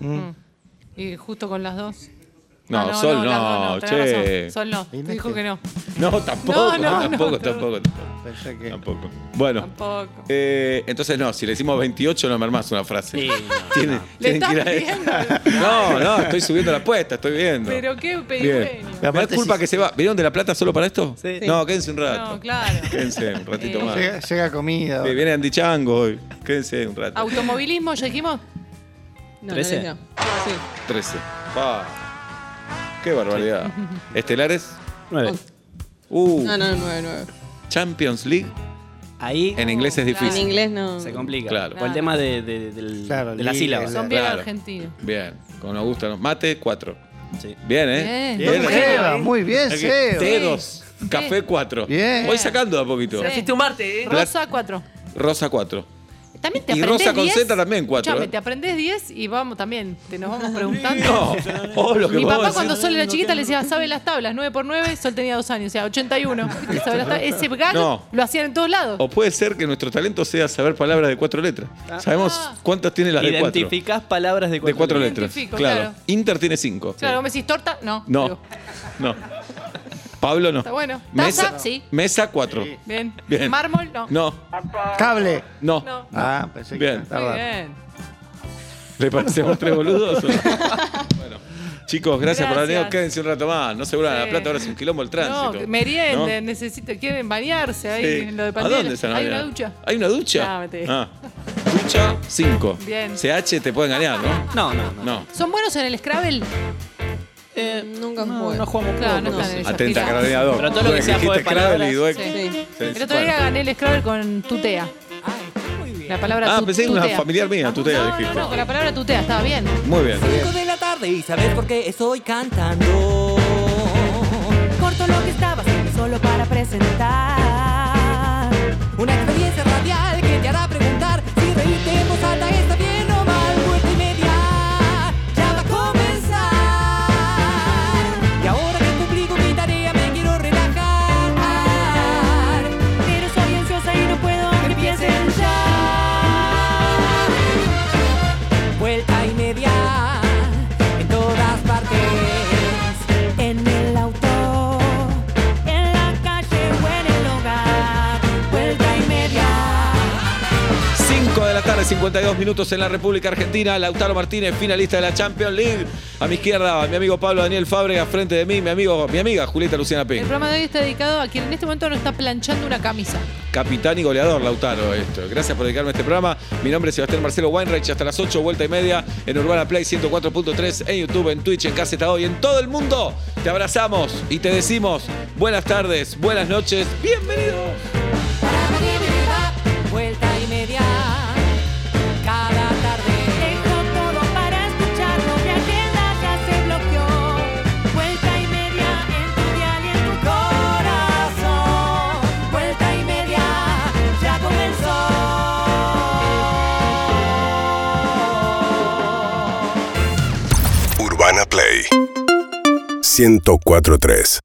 S3: Y justo con las dos.
S1: No,
S3: Ah,
S1: Sol
S3: las
S1: no,
S3: dos
S1: che.
S3: razón. Sol no.
S5: Inés,
S3: Dijo
S5: ¿qué?
S3: que no.
S1: No, tampoco,
S3: No, no,
S1: tampoco,
S3: no.
S1: tampoco, tampoco,
S2: Pensé que-
S1: tampoco. Bueno.
S3: Tampoco.
S1: eh, entonces no, si le decimos 28 no me armás una frase.
S6: Sí, no,
S1: Tiene-
S6: no.
S3: Le
S1: tienen que ir
S3: estás
S1: a-
S3: viendo.
S1: No, no, estoy subiendo la apuesta, estoy viendo.
S3: Pero qué
S1: Bien.
S3: pedigüeño.
S1: Me da culpa que se va. ¿Vieron de La Plata solo para esto?
S6: Sí.
S1: No, quédense un rato.
S3: No, claro.
S1: Quédense un ratito
S3: Eh,
S1: más.
S2: Llega, llega comida.
S1: Sí, viene Andy Chango hoy. Quédense un rato.
S3: Automovilismo, ya dijimos.
S7: No,
S6: ¿Trece?
S7: no, no, no. Sí.
S1: 13. Pa. Qué barbaridad. Estelares.
S6: Nueve.
S1: Uh,
S7: No, no, 9, 9.
S1: Champions League.
S6: Ahí
S1: En inglés es
S7: En
S1: difícil.
S7: inglés no.
S6: se complica.
S1: Claro.
S6: O el tema de, de- del-
S2: Claro,
S6: de la
S2: liga,
S6: sílaba.
S2: la-
S3: Son bien
S1: Claro.
S3: argentinos.
S1: Bien. Con Augusto nos mate, 4.
S6: Sí.
S1: Bien, ¿eh?
S3: Bien.
S2: Bien,
S3: Bien,
S2: Seba,
S8: eh.
S2: muy bien,
S1: Aquí,
S2: Seba.
S1: T2. Café 4.
S2: Bien.
S1: Voy sacando de a poquito.
S8: Se hiciste un martes, ¿eh?
S3: Rosa, 4.
S1: Rosa 4.
S3: También te
S1: Y
S3: aprendés
S1: Rosa con
S3: 10.
S1: Z también, cuatro,
S3: Escuchame,
S1: ¿eh?
S3: te aprendés 10 y vamos también. Te nos vamos preguntando.
S1: No. Oh, lo que
S3: Mi
S1: vos
S3: papá
S1: decís.
S3: cuando Sol era chiquita le decía, sabe las tablas, 9 por 9, Sol tenía 2 años, o sea, 81. ¿Viste? Sabe las tablas. Ese gag
S1: No. Oh,
S3: lo hacían en todos lados.
S1: O puede ser que nuestro talento sea saber palabras de cuatro letras.
S3: Ah.
S1: Sabemos cuántas tiene las de cuatro. De
S6: Identificás palabras de cuatro,
S1: cuatro
S3: letras.
S1: letras.
S3: Identifico,
S1: Claro.
S3: claro.
S1: Inter tiene cinco.
S3: Claro, vos me decís torta, no.
S1: No.
S3: Digo,
S1: No. Pablo no.
S3: Está bueno.
S1: Mesa,
S3: Taza, sí.
S1: Mesa 4.
S3: Bien.
S1: Bien.
S3: Mármol, no.
S1: No,
S2: Cable.
S1: no.
S3: No.
S2: Ah, pensé
S1: Bien.
S2: que
S3: Muy
S2: estaba.
S3: bien.
S1: ¿Le parecemos tres boludos? o no? bueno, Chicos, gracias, por haber venido.
S9: Gracias.
S1: Quédense un rato más. No se vuelvan a La
S9: Sí.
S1: Plata, ahora es un quilombo el tránsito.
S9: No, merienden,
S1: ¿no?
S9: necesito, quieren bañarse ahí
S1: Sí.
S9: en lo de
S1: ¿A
S9: pandemia.
S1: dónde se van a
S9: Hay una
S1: bañar?
S9: ducha.
S1: ¿Hay una ducha?
S9: No, mentira.
S1: Ah. Ducha 5.
S9: Bien.
S1: CH te puede engañar, ¿no?
S6: No, no, no.
S1: No.
S9: ¿Son buenos en el Scrabble?
S7: Nunca
S6: Eh, No,
S7: jugué.
S6: no jugamos
S9: Claro, no
S6: poco, sí.
S9: están en esa
S1: Atenta,
S9: fila.
S1: Carolina 2.
S6: Pero todo lo que sea juego de palabras,
S1: eh.
S7: Sí.
S9: El otro día gané el Scrabble con tutea. La palabra
S1: Ah,
S9: tu-
S1: pensé que una
S9: tutea.
S1: familiar mía, tutea,
S9: No, no,
S1: dijiste.
S9: no, con la palabra tutea, estaba bien.
S1: Muy bien.
S3: de la tarde y saber por qué estoy cantando. Corto lo que estaba haciendo solo para presentar una experiencia radial que te hará preguntar si reírte en voz alta está bien o mal. Vuelta y media ya va a comenzar. Y ahora que cumplí con mi tarea me quiero relajar. Pero soy ansiosa y no puedo que empiecen ya vuelta y media en todas partes. En el auto, en la calle o en el hogar, vuelta y media.
S1: 5 de la tarde, 52 minutos en la República Argentina. Lautaro Martínez, finalista de la Champions League. A mi izquierda, mi amigo Pablo Daniel Fábrega, frente de mí, mi amigo, mi amiga Julieta Luciana
S9: El
S1: Pink.
S9: programa de hoy está dedicado a quien en este momento no está planchando una camisa.
S1: Capitán y goleador, Lautaro, esto. Gracias por dedicarme a este programa. Mi nombre es Sebastián Marcelo Weinreich. Hasta las 8, vuelta y media, en Urbana Play 104.3, en YouTube, en Twitch, en Caseta Hoy, en todo el mundo. Te abrazamos y te decimos buenas tardes, buenas noches, bienvenidos.
S3: Vuelta y media, cada tarde. Dejo todo para escucharlo, mi agenda ya se bloqueó. Vuelta y media en tu dial y en tu corazón. Vuelta y media, ya comenzó.
S4: Urbana Play 1043